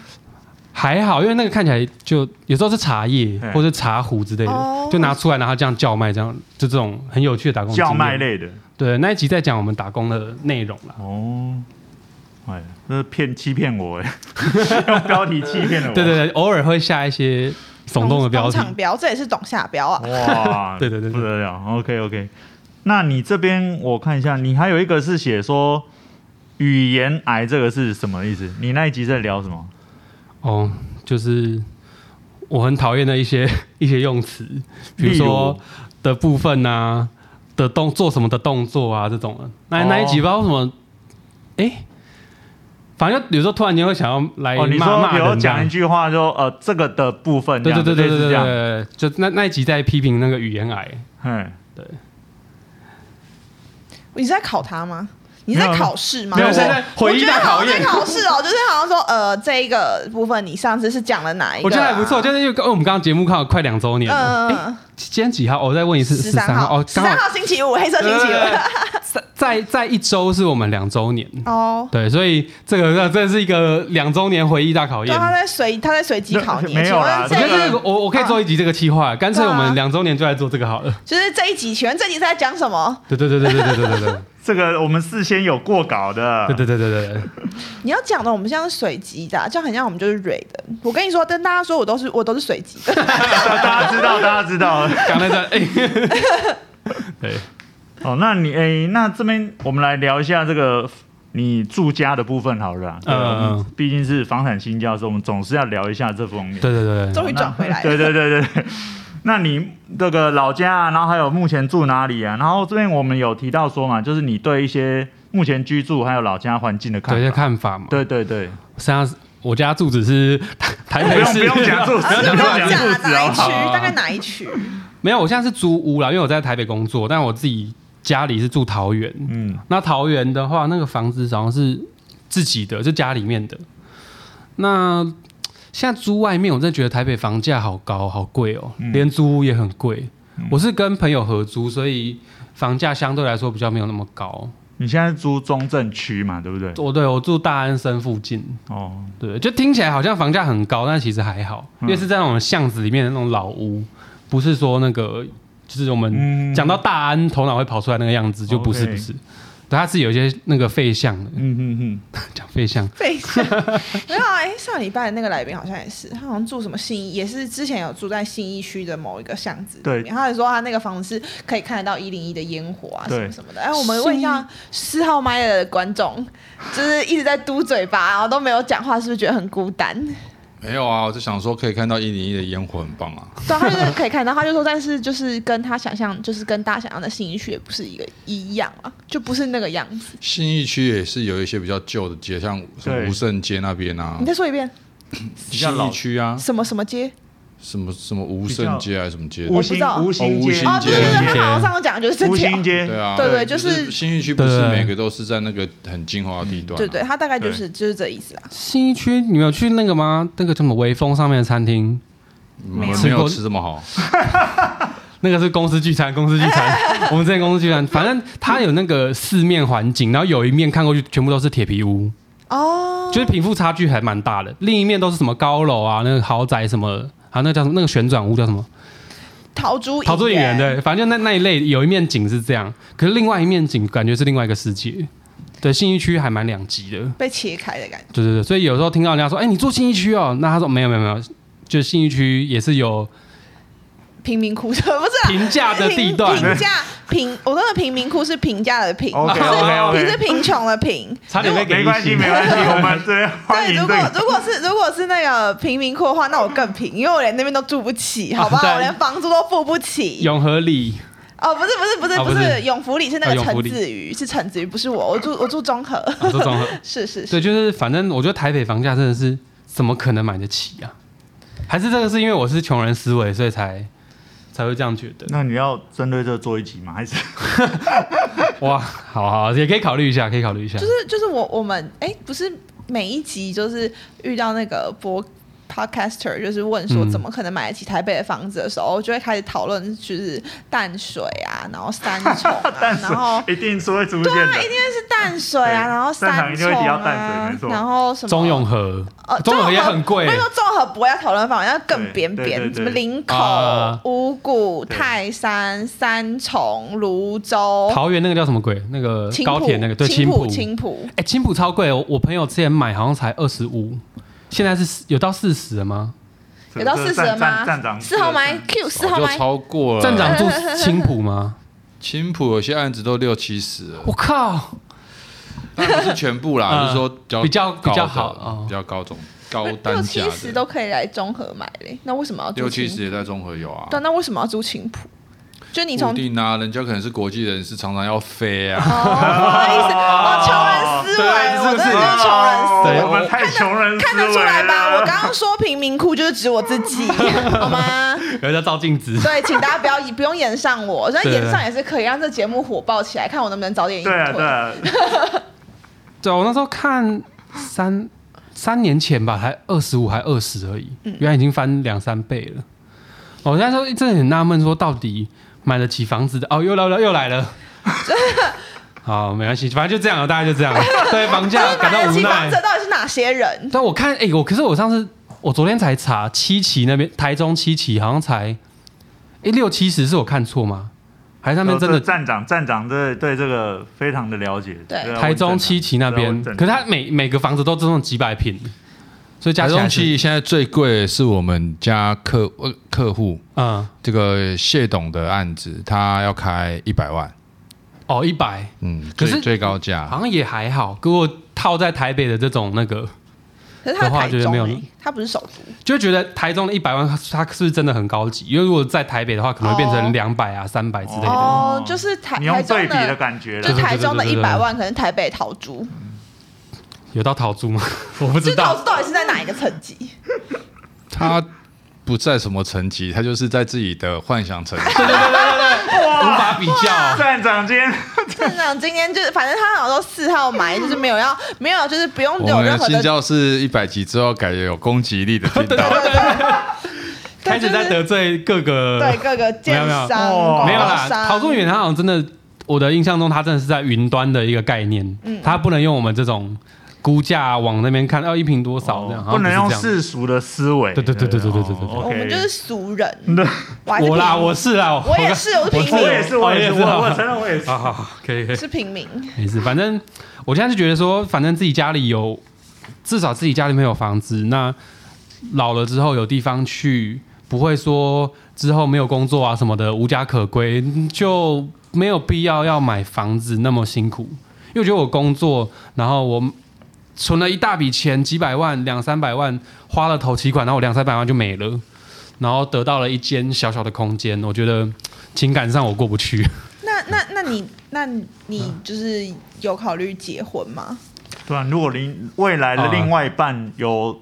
还好，因为那个看起来就有时候是茶叶
嘿
或者是茶壶之类
哦
的，就拿出来，然后这样叫卖，这样就这种很有趣的打工经验
叫卖。类的，
对，那一集在讲我们打工的内容啦。
哦，哎，这是骗欺骗我 哎，用标题欺骗了我，
对对对，偶尔会下一些耸动的标题哦
农。场标，这也是懂下标啊。
哇，
对对对
不
对
得了。OK OK，那你这边我看一下，你还有一个是写说语言癌这个是什么意思？你那一集在聊什么？
哦，就是我很讨厌的一些 一些用词，比如
例
说的部分啊，的动做什么的动作啊这种的。那
哦
那一集不知道为什么，哎、反正有时候突然间会想要来
哦，你
骂
说
骂
比
人、啊
如讲一句话说呃这个的部分，
对对对
这
对
样类似
对对
这
对
样，
对，对就那那一集在批评那个语言癌，
哎，
你是在考他吗？你
有
是在考试吗？
没有
我
现在回忆
我觉
在
得
考
好像
验
在。考试哦，就是好像说呃这一个部分你上次是讲了哪一个啊？
我觉得还不错，就是因为哦我们刚刚节目看了快两周年了，
嗯
哎，今天几号？我再问一次，
十三
号
号
哦，
十
刚好
三号星期五，黑色星期
对对
五。
对在在在一周是我们两周年，
哦，
对，所以这个这这是一个两周年回忆大考
对，
验。
他在随他在随机考你。
没有啦
我
请
觉
问
得
这
这个我我可以做一集这个企划，干脆我
对
们
啊
两周年就来做这个好了。
就是这一集，请问这集是在讲什么？
对对对对对对对对对
这个我们事先有过稿的，
对对对对对，
你要讲的我们像是随机的啊，就很像我们就是 r 的。我跟你说，跟大家说，我都是我都是随机
哦
的。
大家知道，大家知道。
刚才在哎，对，
哦，那你诶、那这边我们来聊一下这个你住家的部分好了啦。对
嗯
我们
嗯
毕竟是房产新教授，我们总是要聊一下这方面。
对对对对，
终于转回来了
对。对对对对。那你这个老家啊，然后还有目前住哪里啊？然后这边我们有提到说嘛，就是你对一些目前居住还有老家环境的看
有一些
法。
看法嘛。
对对对，
现在我家住址是台台
不
北
用
市，
不用讲住址，不用
你
讲
要
住
啊讲
址哦
哪
好
一
不
区
好？？
大概哪一区？
没有，我现在是租屋啦，因为我在台北工作，但我自己家里是住桃园。
嗯，
那桃园的话，那个房子好像是自己的，就家里面的。那现在租外面，我真的觉得台北房价好高，好贵哦，
嗯
连租屋也很贵。我是跟朋友合租，所以房价相对来说比较没有那么高。
你现在住中正区嘛，对不对？
我对我住大安森附近，
哦，
对，就听起来好像房价很高，但其实还好，
嗯
因为是在那种巷子里面的那种老屋，不是说那个就是我
嗯
们讲到大安头脑会跑出来那个样子，就不是
OK
不是，对它是有一些那个废巷的，
嗯嗯嗯，
讲废巷，
费翔没有哎、上礼拜的那个来宾好像也是，他好像住什么信义，也是之前有住在信义区的某一个巷子
对
里面。他也说他那个房子是可以看得到一零一的烟火啊，什
对
么什么的。哎，我们问一下四号麦的观众，就是一直在嘟嘴巴，然后都没有讲话，是不是觉得很孤单？
没有啊，我就想说可以看到一零一的烟火很棒啊。
对啊，他就是可以看到，他就说，但是就是跟他想象，就是跟大家想象的信义区也不是一个一样啊，就不是那个样子。
信义区也是有一些比较旧的街，像什么
对
吴胜街那边啊
你，再说一遍，
比较
信
老
义区啊，
什么什么街？
什么什么吴胜街还是什么街
无
的？
我不知
形
道
无形
哦无
街
形
哦，对
街
对
无
对，
形
他好像上次讲的就是这
无
条
形。街，
对啊，
对对就是
新义区不是
对
每个都是在那个很精华的地段、啊，
对对，他大概就是就是这意思啦。
新一区，你们有去那个吗？那个叫什么微风上面的餐厅，
我们
吃
没有
过
吃这么好，
那个是公司聚餐，公司聚餐。我们之前公司聚餐，反正它有那个四面环景，然后有一面看过去全部都是铁皮屋，
哦，
就是贫富差距还蛮大的。另一面都是什么高楼啊，那个豪宅什么啊，那个叫什么？那个旋转屋叫什么？
陶朱
陶醉影
园
园，对，反正就那那一类有一面景是这样，可是另外一面景感觉是另外一个世界。对，信义区还蛮两极的。
被切开的感觉。
对对对，所以有时候听到人家说：“哎、你住信义区哦？”那他说：“没有没有没有，就信义区也是有
贫民窟 不是啦
平价的地段，
平平价平，我说的贫民窟是平价的贫，不
OK，
是
OK，OK
贫是贫穷的贫。
差点被给
没关系，
一星
没关系，我们 这边欢
对，
迎
如
这
果
个。
如果是如果是那个贫民窟的话，那我更贫，因为我连那边都住不起，好不
对
好？我连房租都付不起。
永和里
哦，不是不是不是
啊
哦
不
不是
是，永福里是那
哦
个
永福
陈
里
子瑜，是陈子瑜，不是我，我住我住中和。
啊，这种
是是是
对，，就是反正我觉得台北房价真的是怎么可能买得起啊？还是这个是因为我是穷人思维，所以才才会这样觉 得。
那你要针对这做一集吗？还是
哇，好好，也可以考虑一下，可以考虑一下。
就是就是我我们哎，不是每一集就是遇到那个播 podcaster，就是问说
嗯
怎么可能买得起台北的房子的时候，就会开始讨论就是淡水啊，然后三重啊，
淡
然后
水一定是会出现
对啊，一
的
定是淡水啊，
对
然 后
正常
三
一
重
定会提到淡水
啊
没，错
然后什么
中永和，
呃
中永和也很贵
我跟你说，综合不要讨论范围，要更边
对对
边，
对
什么林口
啊、
五股、
对
泰山、三重、泸州、
桃园那个叫什么鬼？那个
青
高
浦
铁那个对，青
青
浦。
青浦。
哎，青浦超贵，我我朋友之前买好像才二十五，现在是有到四十了吗？
有到四十了
站站
吗？
长
四号麦 Q 四号
哦
哦早就
麦，
超过了。
站长住青浦吗？
青浦有些案子都六七十了，
我靠，
但不是全部啦，
嗯
就是说比较
比较
高的
比较好哦
比较高种高单
六
价
七十
的，
都可以来中和买嘞，那为什么要
六
住
七
青
十
浦？
也在综合有啊
对，。那为什么要住青浦？就你
不
从
定啊，人家可能是国际人士，常常要飞啊。
哦，不好意思，我穷人思维，
对
我
是不
真的
是
就是穷人思维。
对
哦我们太穷人思
看
维啊
得
了
出来吧？我刚刚说贫民窟就是指我自己， 好吗？
有人在照镜子。
对，请大家不要不用演上我，但
对
演上也是可以让这节目火爆起来，看我能不能早点 隐
对啊对
退。
啊，
对，啊我那时候看三三年前吧，才二十五还二十而已，
嗯
原来已经翻两三倍了。哦我那时候真的很纳闷，说到底买得起房子的哦，又来了又来 了。好，没关系，反正就这样了，大概就 这样。对房价感到
买得
无
起房
奈
子。到底是哪些人？
但我看，哎、我可是我上次我昨天才查七期那边，台中七期好像才，哎、六七十是我看错吗？还是那边真
哦这
的
站长站长对对这个非常的了解。啊
对
这个
台中
问
七期那边，
这个问
可是
正
它
常
每每个房子都这种几百平，所以加
台
起来
中
是
期现在最贵的是我们家客呃客户
嗯
这个谢董的案子，他要开一百万，
哦一百，
嗯，
可
最
是
最高价
好像也还好。给我套在台北的这种那个，
可是
的
他在
话
台
就是
中、
没有
欸，他不是首都。
就会觉得台中的一百万，它是不是真的很高级？因为如果在台北的话，可能会变
哦
成两百啊、三百之类的。
哦，就是台
你用
台
对
中
比的
的，
感觉
就
了
对。
台中的
对
一
对对
百万，可能台北桃竹，
有到桃珠吗？ 我不
就
知
桃
道
竹。到底是在哪一个层级？
他不在什么层级，他就是在自己的幻 想层级。
对对对对对对，无法比较。啊
站长今天
站长今天就是，反正他好像都四号买，就是没有要没有，就是不用
我
有
们的
任何
新
的
教室一百集之后改有攻击力的频道，
开始在得罪各个
对各个建商、
没有没有
广告
没有啦，
商
陶仲远他好像真的，我的印象中他真的是在云端的一个概念，
嗯
他不能用我们这种估价往那边看，哦要一瓶多少这样，好
不
像
能
是
用
这样。
世俗的思维。
对对对对对对对对对
哦
我们就是俗人。
对
我还是
我啦，
平民
我是啦，
我也是
哦
我是平民
我也是，我也是，我我承
好
认我也是。
好好好，可以可以，
是平民，
没事。反正我现在就觉得说，反正自己家里有，至少自己家里面有房子，那老了之后有地方去，不会说之后没有工作啊什么的无家可归，就没有必要要买房子那么辛苦。因为我觉得我工作，然后我存了一大笔钱，几百万、两三百万，花了头期款，然后我两三百万就没了，然后得到了一间小小的空间，我觉得情感上我过不去。
那那那你那你就是有考虑结婚吗？
对啊，如果另未来的
啊
另外一半有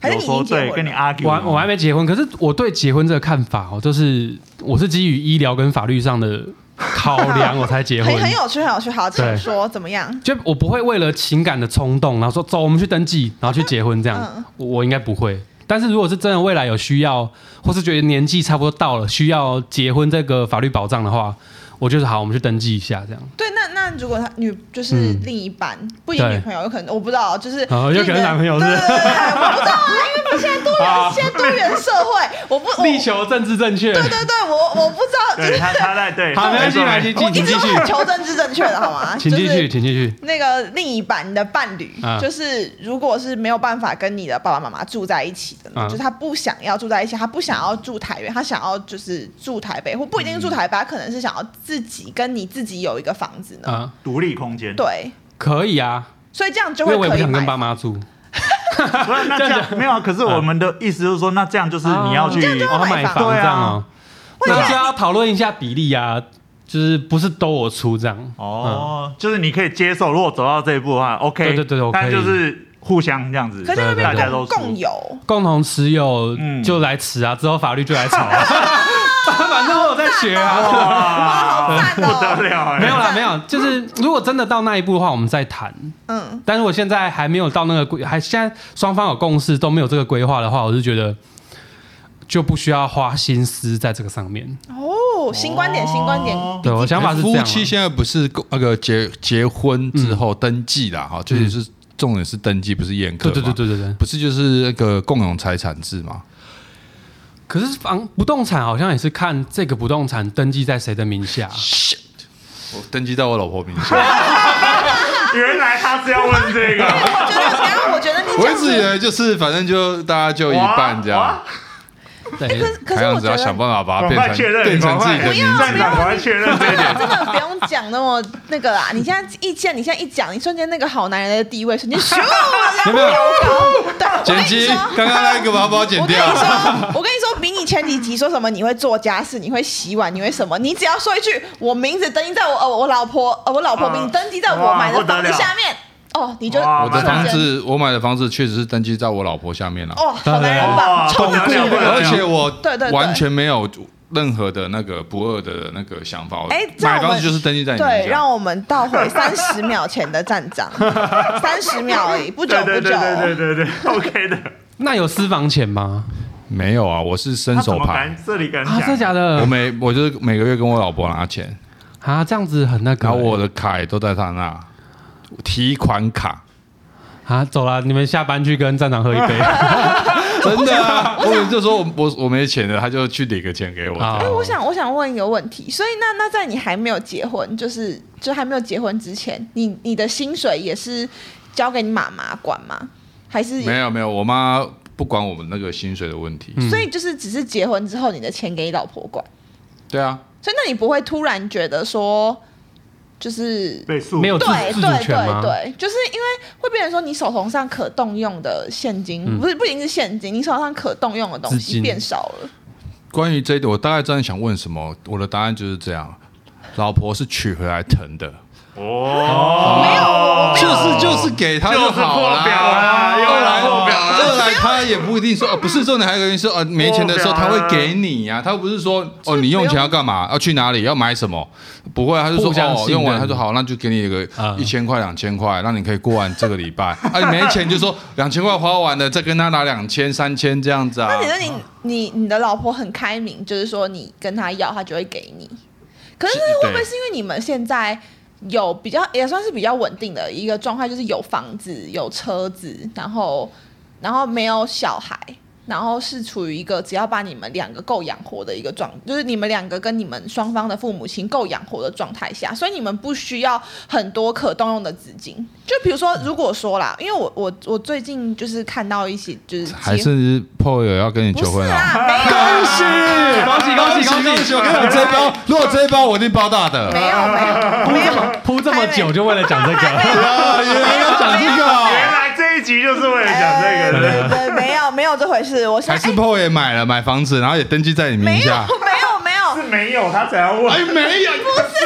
还是
有
你已经
说
结婚
对
了
跟你 argue，
我还我还没结婚，可是我对结婚这个看法哦，就是我是基于医疗跟法律上的考量，我才结婚
很。很有趣，很有趣。好，请
对
说怎么样？
就我不会为了情感的冲动，然后说走，我们去登记，然后去结婚这样，
嗯
我我应该不会。但是如果是真的未来有需要，或是觉得年纪差不多到了需要结婚这个法律保障的话，我就是好，我们去登记一下这样。
对，那那如果他女就是
嗯
另一半，不一定
对
女朋友，有可能我不知道，就是
哦有可能男朋友是
对
不
对
是
对，对对我不知道啊，因为现在 多元
好
现在多元社会，我不我
力求政治正确。
哦对对对，我我不知道，就是
对他他在 对，
好，没关系，没关系，
我
请
一
请继
直都
续，
很求证是正确的，好吗？
请继
就是
续，请继续。
那个另一半，你的伴侣，
啊
就是如果是没有办法跟你的爸爸妈妈住在一起的呢，
啊
就是他不想要住在一起，他不想要住台北，他想要就是住台北，或不一定住台北，他可能是想要自己跟你自己有一个房子呢。
啊，
独立空间。
对，
可以啊，
所以这样就
因
会
为我也
可
不
以
想
买
跟爸
房。
妈住，
不是那这样没有啊，可是我们的意思就是说，那这样就是你要去
这样就
哦买
买啊
房
房
这样哦。
对啊
那就要讨论一下比例啊，就是不是都我出这样。
哦，就是你可以接受，如果走到这一步的话，OK，
嗯对对对我可以
但就是互相这样子，
可是会
对
被
大家都
共共
输
有，
共同持有
嗯
就来持啊，之后法律就来吵、 啊。反正我有在学
哦哇
啊，
好赞哦
不得了哎，
没有啦，没有，就是如果真的到那一步的话，我们再谈。
嗯，
但是我现在还没有到那个规，还现在双方有共识都没有这个规划的话，我是觉得就不需要花心思在这个上面。
哦，新观点，新观
哦
点，
对我想法是这
夫
哎
样啊。
妻现在不是那个结结婚之后登记啦，哈，就是是重点是登记，不是宴客
对
嘛。
嗯对对对对对。
不是就是那个共有财产制嘛？
可是房不动产好像也是看这个不动产登记在谁的名下。
我登记在我老婆名下，
原来他是要问这个，
我觉得，等一下我觉得你
我
讲
一直以
的，
为就是反正就大家 就一半这
哇
样，
对，
可
台
是我
湾只
觉
要想
得。
办法把
赶
它啊变
快确
成
认，
变成自己的
不
名
要，
字。
站长，赶快确认这一点。
真的不用讲那么那个啦，你现在一见，你现在一讲，你瞬间那个好男人的地位瞬间咻，
有没有？
对，我跟
剪
你
辑，
说，
刚刚那个把它帮我剪
我跟你
掉。啊
说，我跟你说，比你前几集说什么你会做家事，你会洗碗，你会什么，你只要说一句我名字登记在我呃我老婆呃我老婆名字登记在我买的房子下面，哦，你就
哇
我的
妈
房
呀
子，我买的房子确实是登记在我老婆下面了，
哦，好男人
哇
啊
吧，臭男人
懂不
吧
了。
而且我
对对对
完全没有任何的那个不二的那个想法。
哎这样我
买房
们
子就是登记在你
对，
名下
让。我们倒回三十秒前的站长，三十秒而已，不久
对
不
对
久。
对对对对对，OK 的。
那有私房钱吗？
没有啊，我是伸
他怎
手
么
牌
敢，这里敢
啊，真的假
讲？
的？
我每我就是每个月跟我老婆拿钱，
啊，这样子很那个、
然
欸。
后我的卡也都在她那，提款卡。
啊，走啦，你们下班去跟站长喝一杯。
真的啊！我就说我我我没钱了，他就去领个钱给我。
啊
哎，我想我想问一个问题，所以那那在你还没有结婚，就是就还没有结婚之前，你你的薪水也是交给你妈妈管吗？还是
没有没有，我妈不管我们那个薪水的问题。
嗯
嗯
所以就是只是结婚之后，你的钱给你老婆管，
对啊，
所以那你不会突然觉得说，就是
被诉
没有自
对
自
对
主权吗
对对，就是因为会变成说你手头上可动用的现金，不是不一定是现金，你手头上可动用的东
嗯资
西
金
变少了。
关于这一点，我大概真的想问什么，我的答案就是这样：老婆是娶回来疼的，
哦，
没有我没有
就是就是给她
就是
好
破表啦，又
二
来
来
破表啦。
二来她也不一定说，哦，不是重点，还有一个原因是，哦，没钱的时候
破表
她
啦
会给你呀、啊，她又不是说，哦，你用钱要干嘛，要去哪里，要买什么，不会，她就说，
互相信
哦，
任
用完她说好，那就给你一个
嗯
一千块、两千块，让你可以过完这个礼拜。啊，你没钱就说两千块花完了，再跟她拿两千、三千这样子啊。
那你说你你你的老婆很开明，就是说你跟她要，她就会给你。可是
是
会不会
对
是因为你们现在有比较也算是比较稳定的一个状态，就是有房子、有车子，然后然后没有小孩，然后是处于一个只要把你们两个够养活的一个状，就是你们两个跟你们双方的父母亲够养活的状态下，所以你们不需要很多可动用的资金。就比如说，如果说啦，因为我我我最近就是看到一些就是
还
结
是 Paul 有要跟你
不
求
是
婚啊？
啦，没有啦，
恭喜恭喜恭喜！
我跟你讲，这一包如果这一包我一定包大的。
没有没有没有，
铺这么久就为了讲这
还
个，
没有
啊，原来要讲这个
原
啊，
来这一集就是为了讲这个的。
哎
对对，没有没有这回事，我是哎
还是 PO 也买了买房子，然后也登记在你名
没有
下。
没有没有
是，没有他才要问，
哎，没有，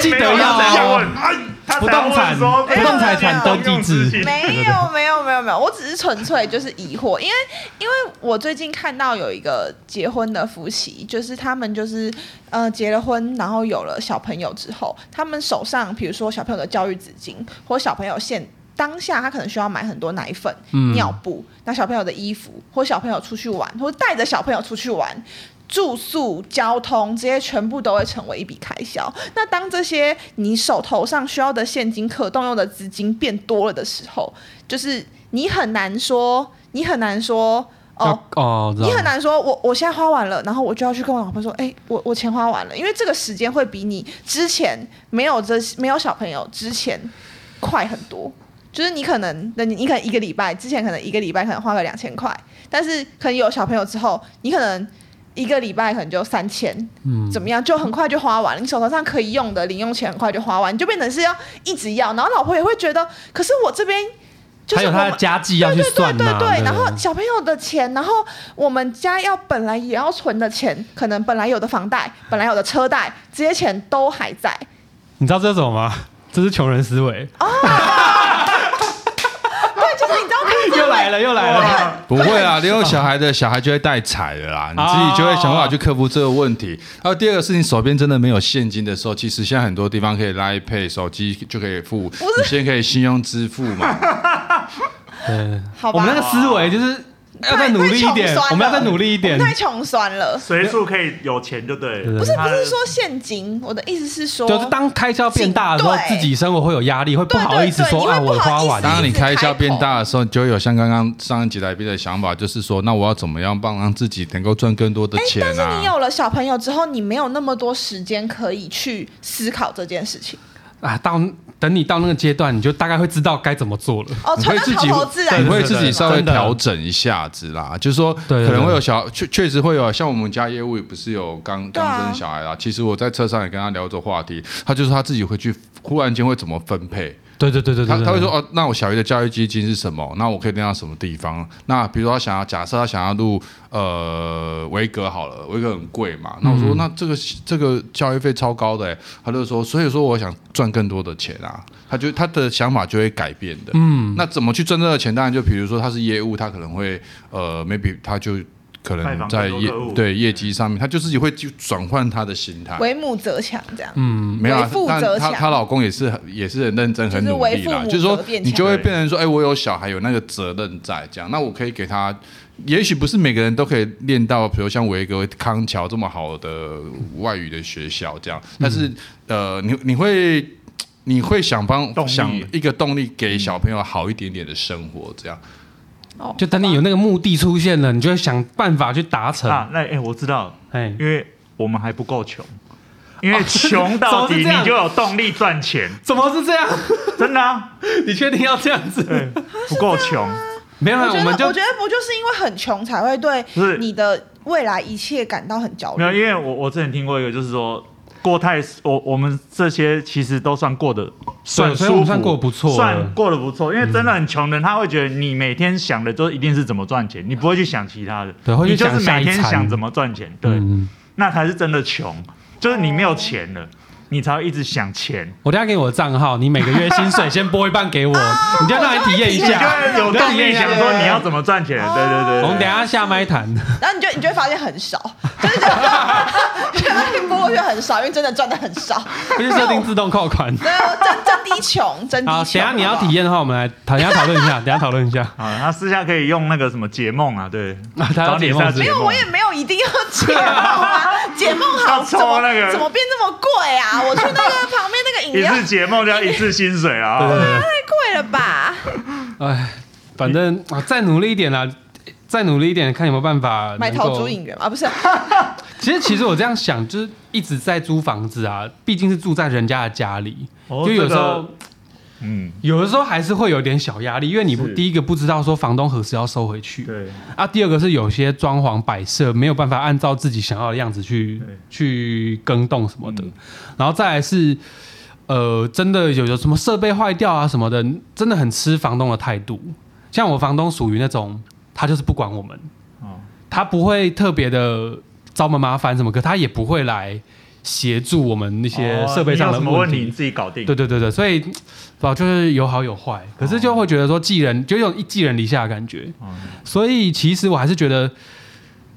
记得
没有
要
他才要
哦
问，哎，他才
不
要
动产
问说
不
动产
哎
登
记制
公用事情
没有没有没有没有，我只是纯粹就是疑惑，因为因为我最近看到有一个结婚的夫妻，就是他们就是呃结了婚，然后有了小朋友之后，他们手上比如说小朋友的教育纸巾或小朋友现。当下他可能需要买很多奶粉、
嗯
尿布，那小朋友的衣服，或小朋友出去玩，或带着小朋友出去玩，住宿、交通这些全部都会成为一笔开销。那当这些你手头上需要的现金、可动用的资金变多了的时候，就是你很难说，你很难说哦。
要哦，知道
你很难说，我我现在花完了，然后我就要去跟我老婆说，哎、我我钱花完了，因为这个时间会比你之前没有这没有小朋友之前快很多。就是你可能，那你你可能一个礼拜之前可能一个礼拜可能花个两千块，但是可能有小朋友之后，你可能一个礼拜可能就三千，
嗯
怎么样就很快就花完了，你手头上可以用的零用钱很快就花完，你就变成是要一直要，然后老婆也会觉得，可是我这边就
还
是
有
我
他
们
的家计要去算啊
对对
呐，
对对，
不
然后小朋友的钱，然后我们家要本来也要存的钱，可能本来有的房贷，本来有的车贷，这些钱都还在。
你知道这是什么吗？这是穷人思维，
对，就是你知道可以这
哎又
样，
来了又
哦
来了，
不会啦，你有小孩的小孩就会带财的啦，你自己就会想办法去克服这个问题。还有第二个是你手边真的没有现金的时候，其实现在很多地方可以来 pay，手机就可以付，你先可以信用支付嘛。
嗯，
好吧
我们那个思维就是要再
太
努力一
太穷
点
酸，了
我们要再努力一点，
太穷酸了。
随处可以有钱就对了，
不是
他
不是说现金，我的意思是说，
就是当开销变大的时候，
对
自己生活会有压力，会不好意思说
对对对
啊，
你会
我
不好意
花
思
完了。
当你开销变大的时候，你就会有像刚刚上一集来宾的想法，就是说，那我要怎么样帮让自己能够赚更多的
哎，
钱
但是你
啊？
有了小朋友之后，你没有那么多时间可以去思考这件事情。
啊，到等你到那个阶段，你就大概会知道该怎么做了。
哦，
你
存
会
到
自
头
己
头自然，
你
对
会
对
自己
对
稍微
真的
调整一下子啦，就是说
对对
可能会有小确确实会有像我们家业务也不是有刚
对啊
刚生小孩啦，其实我在车上也跟他聊这话题，他就说他自己会去忽然间会怎么分配，
对对对对对，
他
对
他会说，哦，那我小鱼的教育基金是什么？那我可以用到什么地方？那比如说他想要假设他想要录呃维格好了，维格很贵嘛。那我
嗯
说、那这个这个教育费超高的欸，他就说所以说我想赚更多的钱啊，他就他的想法就会改变的。嗯，那怎么去赚这个钱？当然就比如说他是业务，他可能会呃 maybe 他就。可
拜访更
能在
多
业
客户
对业绩上面，他就自己会去转换他的心态。
为母则强这样。
没有、
为
啊
父，
但
则
她
强
她老公也是很也是很认真、很
就是
努
为
力啦
父，母
就是说
则变
你
强
就会变成说，哎、我有小孩，有那个责任在这样，那我可以给他。也许不是每个人都可以练到，比如像维格、康桥这么好的外语的学校这样，但
嗯
是、呃，你你会你会想帮
动力
想一个动力给小朋友好一点点的生活这样。
哦，
就等你有那个目的出现了，你就会想办法去达成。
啊，那哎、我知道，
哎，
因为我们还不够穷，因为穷到底
哦怎么是这样
你就有动力赚钱，
怎么是这样？
真的、啊，
你确定要这样子？
对，不够穷，
没有，没
我
有，
觉
我们
得，
就
我觉得不就是因为很穷才会对
不是
你的未来一切感到很焦
没有，
虑？
因为我我之前听过一个，就是说过太，我我们这些其实都算过得算
所以
舒
我们
服，
算过得不错了嗯
算过得不错，因为真的很穷的人，他会觉得你每天想的都一定是怎么赚钱，你不会去想其他的，
对会去
你就
想
是
下
每
一
天
餐
想怎么赚钱，对，
嗯
那才是真的穷，就是你没有钱了，你才会一直想钱。
我等一下给你我的账号，你每个月薪水先拨一半给我，
啊
你就让你体验一
你就会
下。
有动力想说你要怎么赚钱，对对对对
我们等一下下麦 谈。
然后你就你就会发现很少，就是觉得一拨过去很少，因为真的赚的很少。
不是设定自动扣款。
对啊，真真低穷，真低
好，
穷。
等一下你要
好不好
体验的话，我们来等一下讨论一下，等一下讨论一 下。
啊，他私下可以用那个什么解梦啊，对，
啊他要
找你
解
一
梦
下
是不
解
是
梦。
没
因为我也没有一定要解梦啊，解梦好
要抽
怎么
那个
怎么变这么贵啊？我去那个旁边那个饮
一
料
次解梦就要一次薪水啊。
对对
太贵了吧？
对，哎，反正啊，再努力一点啦，再努力一点，看有没有办法
买
能够
桃竹影。园啊，不是？
其实，其实我这样想，就是一直在租房子啊，毕竟是住在人家的家里，
哦
就有时
这
候
个。嗯，
有的时候还是会有点小压力，因为你不
是
第一个不知道说房东何时要收回去，
对，
啊，第二个是有些装潢摆设没有办法按照自己想要的样子去
对嗯
去更动什么的，然后再来是呃，真的有有什么设备坏掉啊什么的，真的很吃房东的态度。像我房东属于那种，他就是不管我们，
哦
他不会特别的找我们麻烦什么，可他也不会来协助我们那些设备
哦
上
你有
的
什么问
题
题你自己搞定。
对对对对，所以吧，就是有好有坏，可是就会觉得说寄人，就有一寄人篱下的感觉。
哦，
所以其实我还是觉得，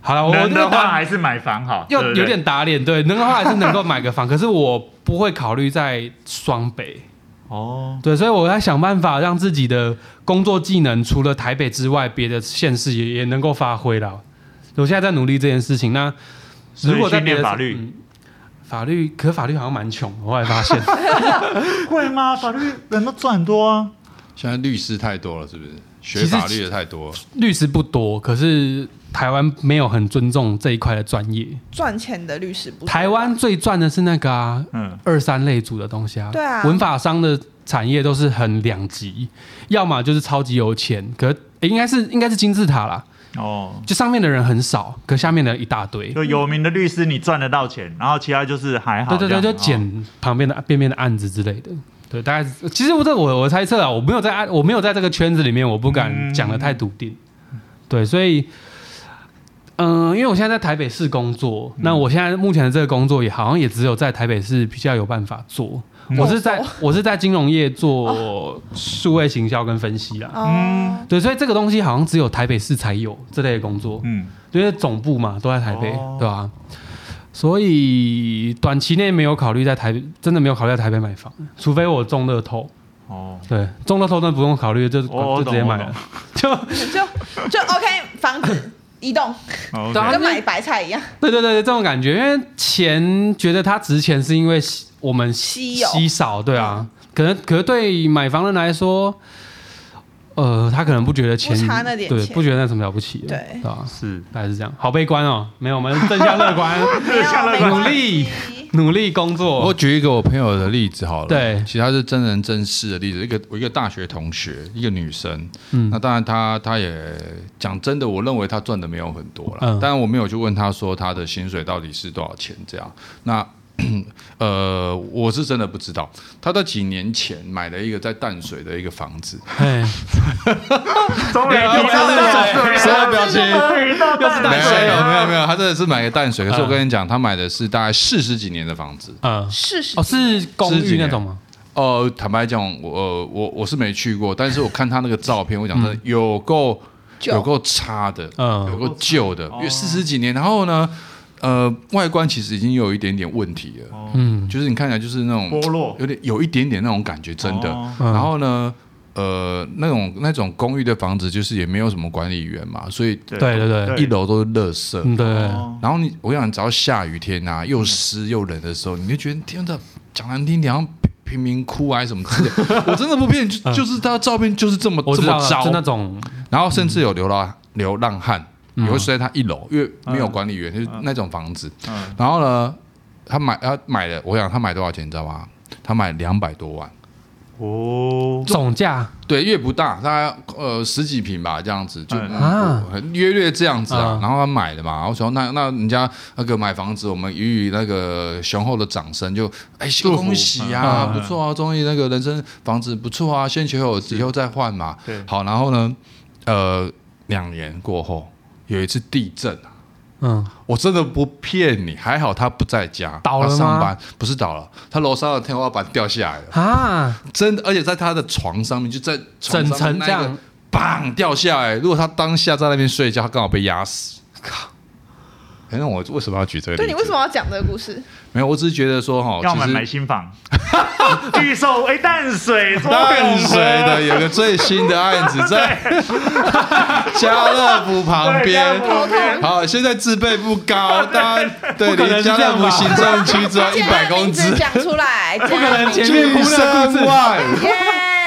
好哦了，我
能
这个
的话
打
还是买房好，
要
对不对
有点打脸，对，能的话还是能够买个房， 可是我不会考虑在双北，
哦，
对，所以我在想办法让自己的工作技能除了台北之外，别的县市也也能够发挥啦。我现在在努力这件事情，那
所
如
以
果在
训
别
练
的
法律
嗯法律可法律好像蛮穷，我后来 发现。
会吗？法律人都赚很多啊。
现在律师太多了，是不是？学
其实
法律的太多了。
律师不多，可是台湾没有很尊重这一块的专业。
赚钱的律师不多啊
台湾最赚的是那个啊，
嗯，
二三类组的东西啊。
对啊
文法商的产业都是很两极，要么就是超级有钱，可、诶应该是应该是金字塔啦，
哦，
就上面的人很少，可下面的人一大堆。
就有名的律师你赚得到钱，然后其他就是还好
对
这
对
样。
对，就
哦
捡旁边的边边的案子之类的。对，大概是其实我这我我猜测啊，我没有在案，我没有在这个圈子里面，我不敢
嗯
讲的太笃定。对，所以，嗯、因为我现在在台北市工作，
嗯
那我现在目前的这个工作也好像也只有在台北市比较有办法做。
嗯
我是
哦
在我是在金融业做数位行销跟分析啦。
哦，
对，所以这个东西好像只有台北市才有这类的工作。
嗯，
因为总部嘛都在台北，
哦
对吧、所以短期内没有考虑在台，真的没有考虑在台北买房，除非我中乐透。
哦，
对，中乐透那不用考虑，就
哦我
就直接
懂
买
我
了
懂。
就
就就 OK，房子移动
哦
对啊
OK
跟买白菜一样，
对对对对，这种感觉，因为钱觉得它值钱是因为稀我们
稀有
稀少，对啊，可能可是对买房人来说。呃，他可能不觉得钱，
不差那点
对，
钱
不觉得那什么了不起的，
对
对啊，
是
大概是这样，好悲观哦，没有，我们正向乐观，
没有
下来
没
吧
关
努力
系
努力工作。
我举一个我朋友的例子好了，
哦对
其他是真人真事的例子。一个我一个大学同学，一个女生，
嗯
那当然她她也讲真的，我认为她赚的没有很多啦，
嗯
当然我没有去问她说她的薪水到底是多少钱这样。那 呃，我是真的不知道，她在几年前买了一个在淡水的一个房子，
哎，啊
终于听到了，
什么表情
终于到
又是
没
淡
有
水
没有
啊
没有没有，她真的是买个淡水。可是我
嗯
跟你讲，她买的是大概四十几年的房子。
嗯，
试试
哦，是公寓那种吗？
呃，坦白讲，我呃我我是没去过，但是我看他那个照片，我讲真的有够
旧
有够差的，
嗯
有够旧
哦
的，因为四十几年，然后呢，呃，外观其实已经有一点点问题了，
嗯，
就是你看起来就是那种
剥落
有点有一点点那种感觉，真的。
哦
嗯
然后呢，呃，那种那种公寓的房子就是也没有什么管理员嘛，所以
对
对对对
一楼都是垃圾，
嗯对，
哦
然后你，我想，只要下雨天
嗯
啊，又湿又冷的时候，你就觉得天的，讲难听点，好像贫民窟啊什么之类 的。我真的不骗你，就就是他的照片啊就是这么
嗯我
这
知道
么
了，
糟
是。那种
然后甚至有流浪流浪汉，也会睡在他一楼，因为没有管理员，就是那种房子。
嗯
然后呢，他买他买了，我想他买多少钱，你知道吗？他买两百多万，
哦，
总价
对，越不大，大概呃十几平吧，这样子就、
嗯
啊
嗯约略这样子啊。
嗯
然后他买的嘛，我说那那人家那个买房子，我们予以那个雄厚的掌声，就哎
祝福
恭喜啊，
嗯
不错啊，终于那个人生房子不错啊，先求有以后再换嘛
对。
好，然后呢，呃，两年过后有一次地震啊
嗯，
我真的不骗你，还好他不在家，
倒了
他
吗
上班不是倒了，他楼上的天花板掉下来了。
啊，
真的，而且在他的床上面，就在床
整
上
层
面那
这
个
样
砰掉下来。如果他当下在那边睡觉，他刚好被压死。靠！哎，那我为什么要举这个例子？
对你为什么要讲这个故事？
没有？我只是觉得说哈，
要买
其实
买新房， 预售哎淡水多
淡水的
永和
有个最新的案子在家乐福旁边
对家乐。福旁边
好，现在自备不高，当然对，
不可能
离
是
家
这样
乐福
吧
行政区只要 一
先
百
把
公
名
尺，
字讲出来，不
不可能前面哭
巨
那故
声
事，
万。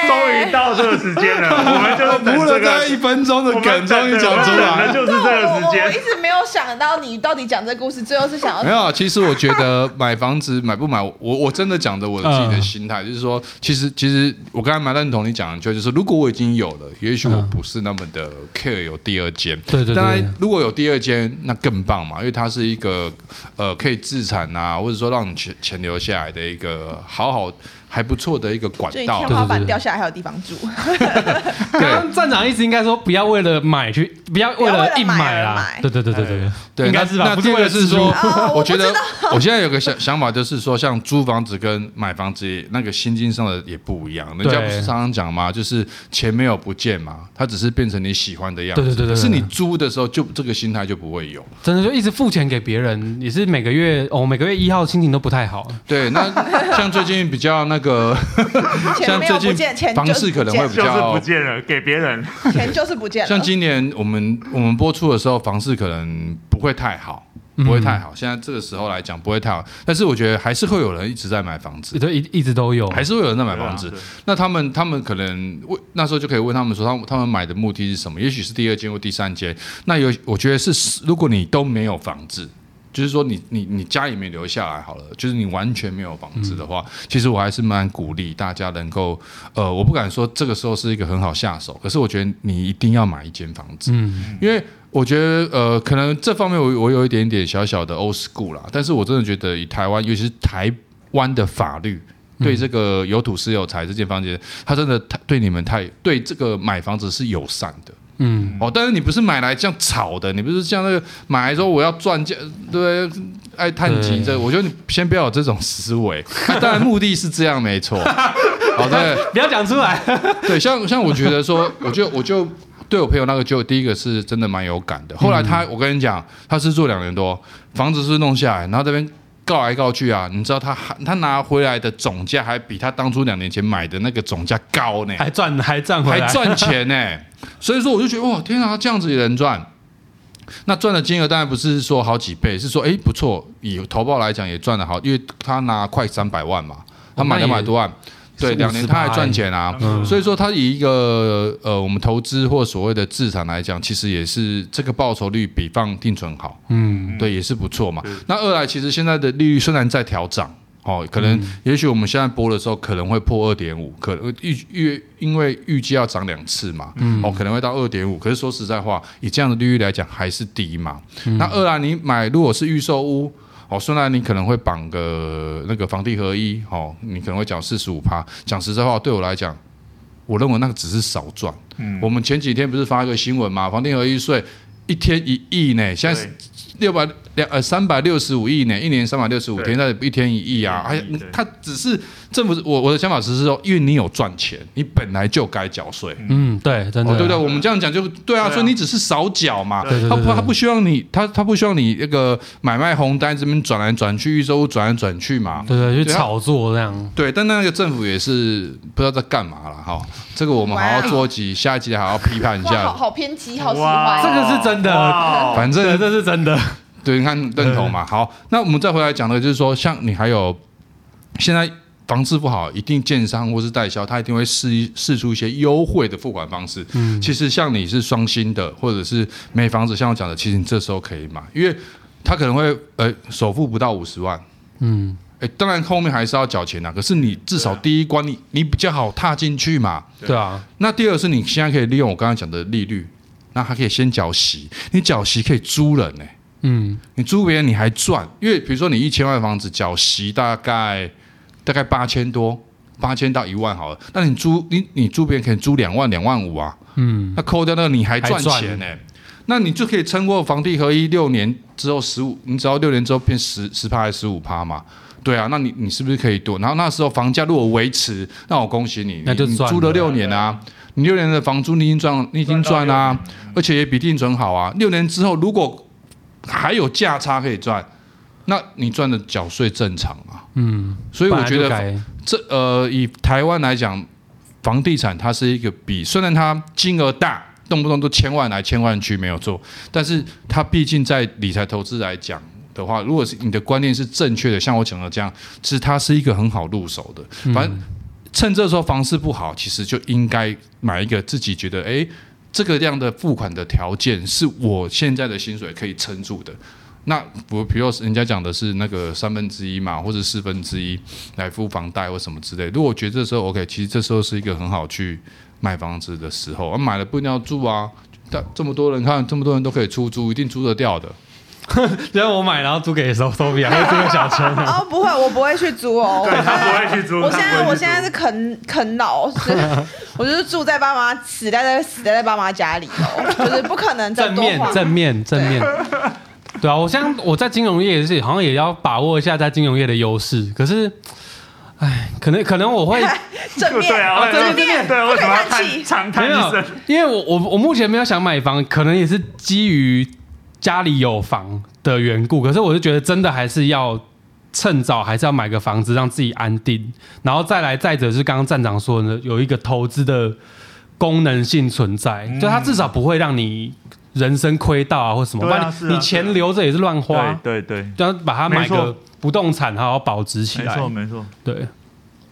终于到这个时间了，我们就是
服
等
了
这
大概一
个。
分钟的
我们
梗，终于讲出来
等的
了。
就是这个时
我我一
间。
直没有想到你到底讲这个故事，最后是想
没
要
有，啊其实我觉 得买房子买不买，我我真的讲着我自己的心
嗯
态，就是说，其实其实我刚才蛮认同你讲的，就是如果我已经有了，也许我
嗯
不是那么的 care 有第二间。
对对对
当然，如果有第二间，那更棒嘛，因为它是一个呃可以自产啊，或者说让你钱钱留下来的一个好好还不错的一个管
就你
道
天。花板掉下来还有地方住，
刚刚站长意思应该说不要为了买去，不要为了硬买
不要为
啦
了买而买。
对对对对对，
对，
应该是
那
吧？
那
不是
第
为
二
了
个是
自住
说
啊，我
我觉
不
得
知道
我现在有个想想法，就是说，像租房子跟买房子那个心境上的也不一样。人家
对
不是常常讲嘛，就是钱没有不见嘛，它只是变成你喜欢的样子。
对对对对对
是你租的时候就这个心态就不会有。
真的就一直付钱给别人，也是每个月哦，每个月一号心情都不太好。
对，那 像最近比较那个，
钱
像
没有
最
不
近
见，钱
房
就
市
是
可
不
能
见
会比
就
较
是不见了，给别人。
钱就是不见了。
像今年我们我们播出的时候，房市可能不会太好，不会
嗯
太好。现在这个时候来讲不会太好，但是我觉得还是会有人一直在买房子，
都一一直都有，
还是会有人在买房子
对啊。
那他们他们可能问那时候就可以问他们说，他们他们买的目的是什么？也许是第二间或第三间。那有我觉得是，如果你都没有房子。就是说你，你你家里面留下来好了，就是你完全没有房子的话，其实我还是蛮鼓励大家能够，呃，我不敢说这个时候是一个很好下手，可是我觉得你一定要买一间房子，
嗯，
因为我觉得呃，可能这方面我我有一点点小小的 old school 啦，但是我真的觉得以台湾，尤其是台湾的法律。对这个有土是有财这间房间，它真的太对你们太对这个买房子是友善的，嗯哦，但是你不是买来这样炒的，你不是像那个买来说我要赚价，对不对，爱探及这个，我觉得你先不要有这种思维，那当然目的是这样没错，哦好的，
不要讲出来。
对，像像我觉得说，我就我就对我朋友那个就第一个是真的蛮有感的。后来他，我跟你讲，他是做两年多，房子是弄下来，然后这边告来告去啊，你知道他还他拿回来的总价还比他当初两年前买的那个总价高呢，
还赚还赚回
还
来，
赚钱呢、 所以说我就觉得哇，天啊，这样子也能赚。那赚的金额当然不是说好几倍，是说哎、不错，以投报来讲也赚了好，因为他拿快三百万嘛，他买
那也
两百多万，对，
是
两年
50%
他还赚钱啊。
嗯
所以说，它以一个呃，我们投资或所谓的资产来讲，其实也是这个报酬率比放定存好，
嗯，
对，也是不错嘛。那二来，其实现在的利率虽然在调涨。哦，可能也许我们现在播的时候可能会破二点五，可能预预因为预计要涨两次嘛，哦，可能会到二点五。可是说实在话，以这样的利率来讲还是低嘛。那二来你买如果是预售屋，哦，虽然你可能会绑个那个房地合一，哦，你可能会缴四十五趴。讲实在话，对我来讲，我认为那个只是少赚。
嗯
我们前几天不是发一个新闻嘛，房地合一税一天一亿呢，现在
对
六百两呃三百六十五亿呢，一年三百六十五
对
天，那一天一亿啊，哎
一天一亿对，
他只是政府，我我的想法只是说，因为你有赚钱，你本来就该缴税。
嗯，对，真的，
哦，对对，我们这样讲就对啊，
对啊
所以你只是少缴嘛，
对
对
他
对
不
对
他不希望你他他不希望你那个买卖红单这边转来转去，预售屋转来转去嘛，
对对，去
对啊
炒作这样，
对，但那个政府也是不知道在干嘛了哈。这个我们好
哇
好做一集，下一集好好批判一
哇，好
下。
好偏激，好喜
哇
欢。
这个是真的
哇
反
对，
正
这是真的。
对，你看认同嘛。好，那我们再回来讲的就是说，像你还有现在房市不好，一定建商或是代销，他一定会试一试出一些优惠的付款方式。嗯，其实像你是双薪的，或者是没房子，像我讲的，其实你这时候可以买，因为他可能会呃首付不到五十万。
嗯，
哎，当然后面还是要缴钱啦、可是你至少
对啊
第一关你你比较好踏进去嘛。
对啊，
那第二个是你现在可以利用我刚刚讲的利率，那还可以先缴息，你缴息可以租人呢、
嗯，
你租别人你还赚，因为比如说你一千万的房子缴息大概大概八千多，八千到一万好了，那你租你你租别人可以租两万两万五啊，嗯，那扣掉那个你还赚
还
钱
赚
呢、那你就可以撑过房地合一六年之后十五，你只要六年之后变十十趴还是十五趴嘛？对啊，那你你是不是可以多？然后那时候房价如果维持，那我恭喜你，
那就
你你
赚
租
了
了六年啊，你六年的房租你已经赚，你已经赚啦、啊，而且也比定存好啊。六年之后如果还有价差可以赚，那你赚的缴税正常啊。
嗯，
所以我觉
本
得
来就该
这呃，以台湾来讲，房地产它是一个比虽然它金额大，动不动都千万来千万去没有做，但是它毕竟在理财投资来讲。的话，如果是你的观念是正确的，像我讲的这样，其实它是一个很好入手的。反正趁这时候房市不好，其实就应该买一个自己觉得，哎，这个样的付款的条件是我现在的薪水可以撑住的。那我比如说人家讲的是那个三分之一嘛，或者四分之一来付房贷或什么之类。如果我觉得这时候 OK，其实这时候是一个很好去买房子的时候，啊、买了不一定要住啊。但这么多人看，这么多人都可以出租，一定租得掉的。
然后我买，然后租给手手比，还会租给小千啊。
哦，不会，我不会去租哦。
对他不会去租
我现
他不会去
在
租
我现在是啃啃老，是我就是住在爸妈死待在死待在爸妈家里哦，就是不可能再
正
多
面
花。
正面正面。对啊，我像我在金融业也是，好像也要把握一下在金融业的优势。可是，哎，可能可能我会
正 面哦
对啊，为什么
正面
对，
不
为
可
什
以
么要
叹
叹
气。
长叹
没
一
有
声？，
因为我我我目前没有想买房，可能也是基于家里有房的缘故。可是我就觉得真的还是要趁早，还是要买个房子让自己安定，然后再来再者是刚刚站长说的，有一个投资的功能性存在，
嗯
就它至少不会让你人生亏到啊或什么，
对啊
不然你
是啊
你钱留着也是乱花。
对对对，
就要把它买
没错
个不动产，好好保值起
没错
来。
没错
对，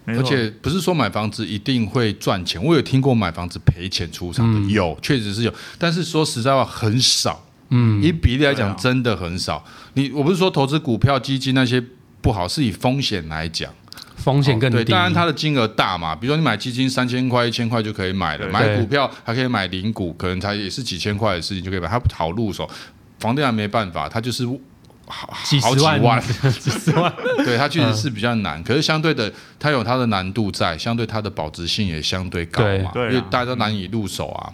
没错，
而且不是说买房子一定会赚钱，我有听过买房子赔钱出场
嗯
的，有确实是有，但是说实在话很少，嗯，以比例来
对啊
讲真的很少。你我不是说投资股票、基金那些不好，是以风险来讲，
风险更
哦对，
低。
当然它的金额大嘛，比如说你买基金三千块、一千块就可以买了，
对
买
对
股票还可以买零股，可能才也是几千块的事情就可以买，它不好入手。房地产没办法，它就是好
几
好
十
几
万，嗯
万
几十万。
对，它确实是比较难，可是相对的，它有它的难度在，相对它的保值性也相对高嘛，
对对啊嗯
因为大家都难以入手啊。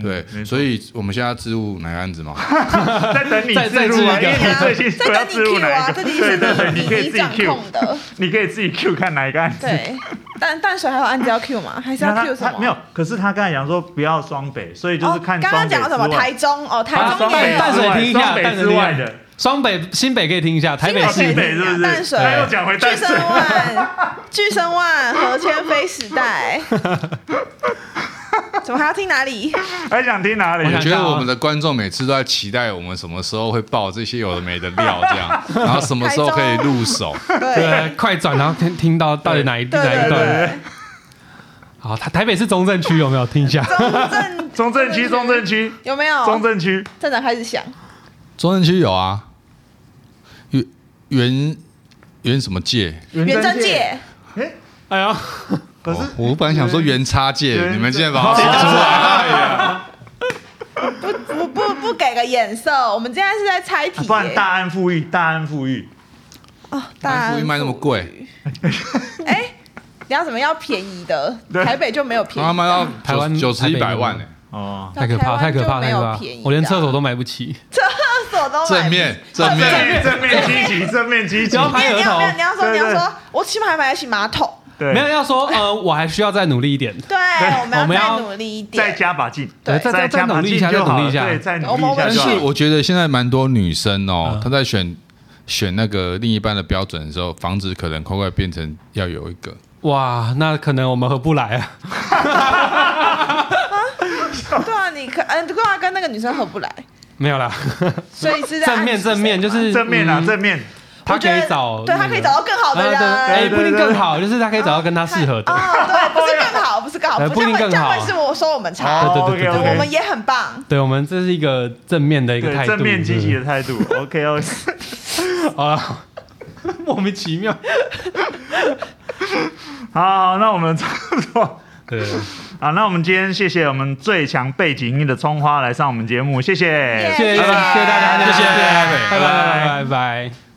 对，
没错
所以我们现在置入哪个案 子嘛？
在等你
再
自
再
入啊，
置
因
入
为
一个
你最近主要
在等你
自入
Q
哪
啊，
一
这
个？
里
对对对，
是
你
你
可以
你
自己
掌
Q，
控的，
你可以自己 Q 看哪一个案子。
对。但淡水还有案子要 Q 吗？还是要
那
Q
他
什
他
么？
没有，可是他刚才讲说不要双北，所以就是
哦，
看
刚刚
双北
讲到什么
之外
台中哦，台
啊
中
双
也
北之
有。
淡水
外
听一下
双北
淡水
之
听一下
外的，
双北、新北可以听一下，台北
新
是
北是不是？
淡水
他又讲回淡
巨
水
生，万，巨生万，何千飞时 代，怎么还要听哪里？
还想听哪里？
我
我
想
觉得我们的观众每次都在期待我们什么时候会爆这些有的没的料，这样， 然后什么时候可以入手？
对
对，快转，然后听听到到底哪一
对
哪一
对
段。
对，
好，台台北是中正区有没有听一 下？
啊
中
中
正
正区，中正区，
有没有？
中正区，
正长开始想，
中正区有啊，原原原什么界？
袁真，界，
哎呀，
可是
哦我本来想说原差界，
原
你们现在把我讲出来，哎呀
不不不给个眼色，我们现在是在猜题
啊不然
耶。
大安富裕，大安富裕，
啊，大
安
安
福利卖那么贵，
哎，你要怎么要便宜的？
对
台北就没有便宜
他
的，
卖到
台湾
九十
台
一
北
百万欸
有
呢。
哦，
太可怕，太可怕，太
台湾就没有
可怕
便宜！的啊
我连厕所都买不起，
厕所都买不哦
正面
起
正面
正面正面积极，正面积极
不，要拍
哎
额
你要没有你
头。
要说
对
你
对
要说，我起码还买得起马桶。
对，
没有要说，呃，我还需要再努力一点。
对，我
我
们
们
要
要
再努力一
再
点。
加把劲，
对
再
再
再
加把
努力
劲
一下
就
再
好
努力
了
一下
对，再努
我
力
们
一下
但
但
就是好了。
我觉得现在蛮多女生哦，
嗯
她在选选那个另一半的标准的时候，房子可能快快变成要有一个。
哇，那可能我们合不来啊。
对啊，你可嗯，对啊，跟那个女生合不来，
没有啦，
所以是在
正面正面就
暗示谁吗
是
正面啊，
嗯
正面，
他
我
可
觉得
以找那个，
对他可以找到更好的人
啊对哎，不一定更好，就是他可以找到跟他适合的。
哦，对，不是更好，不是更好，
哎
不这
不一
样
定
会这
更
样
好
会是我说我们差，
哦
啊对对对对
OK，OK
我们也很棒。
对我们这是一个正面的一个
对，
态度，
正面积极
是
的 态度。OK OK，
不是啊， 莫名其妙。
好好，那我们差不多。
对，
好，那我们今天谢谢我们最强背景音的葱花来上我们节目，谢谢。
耶
谢谢谢谢大家，
谢谢
拜拜拜拜拜拜。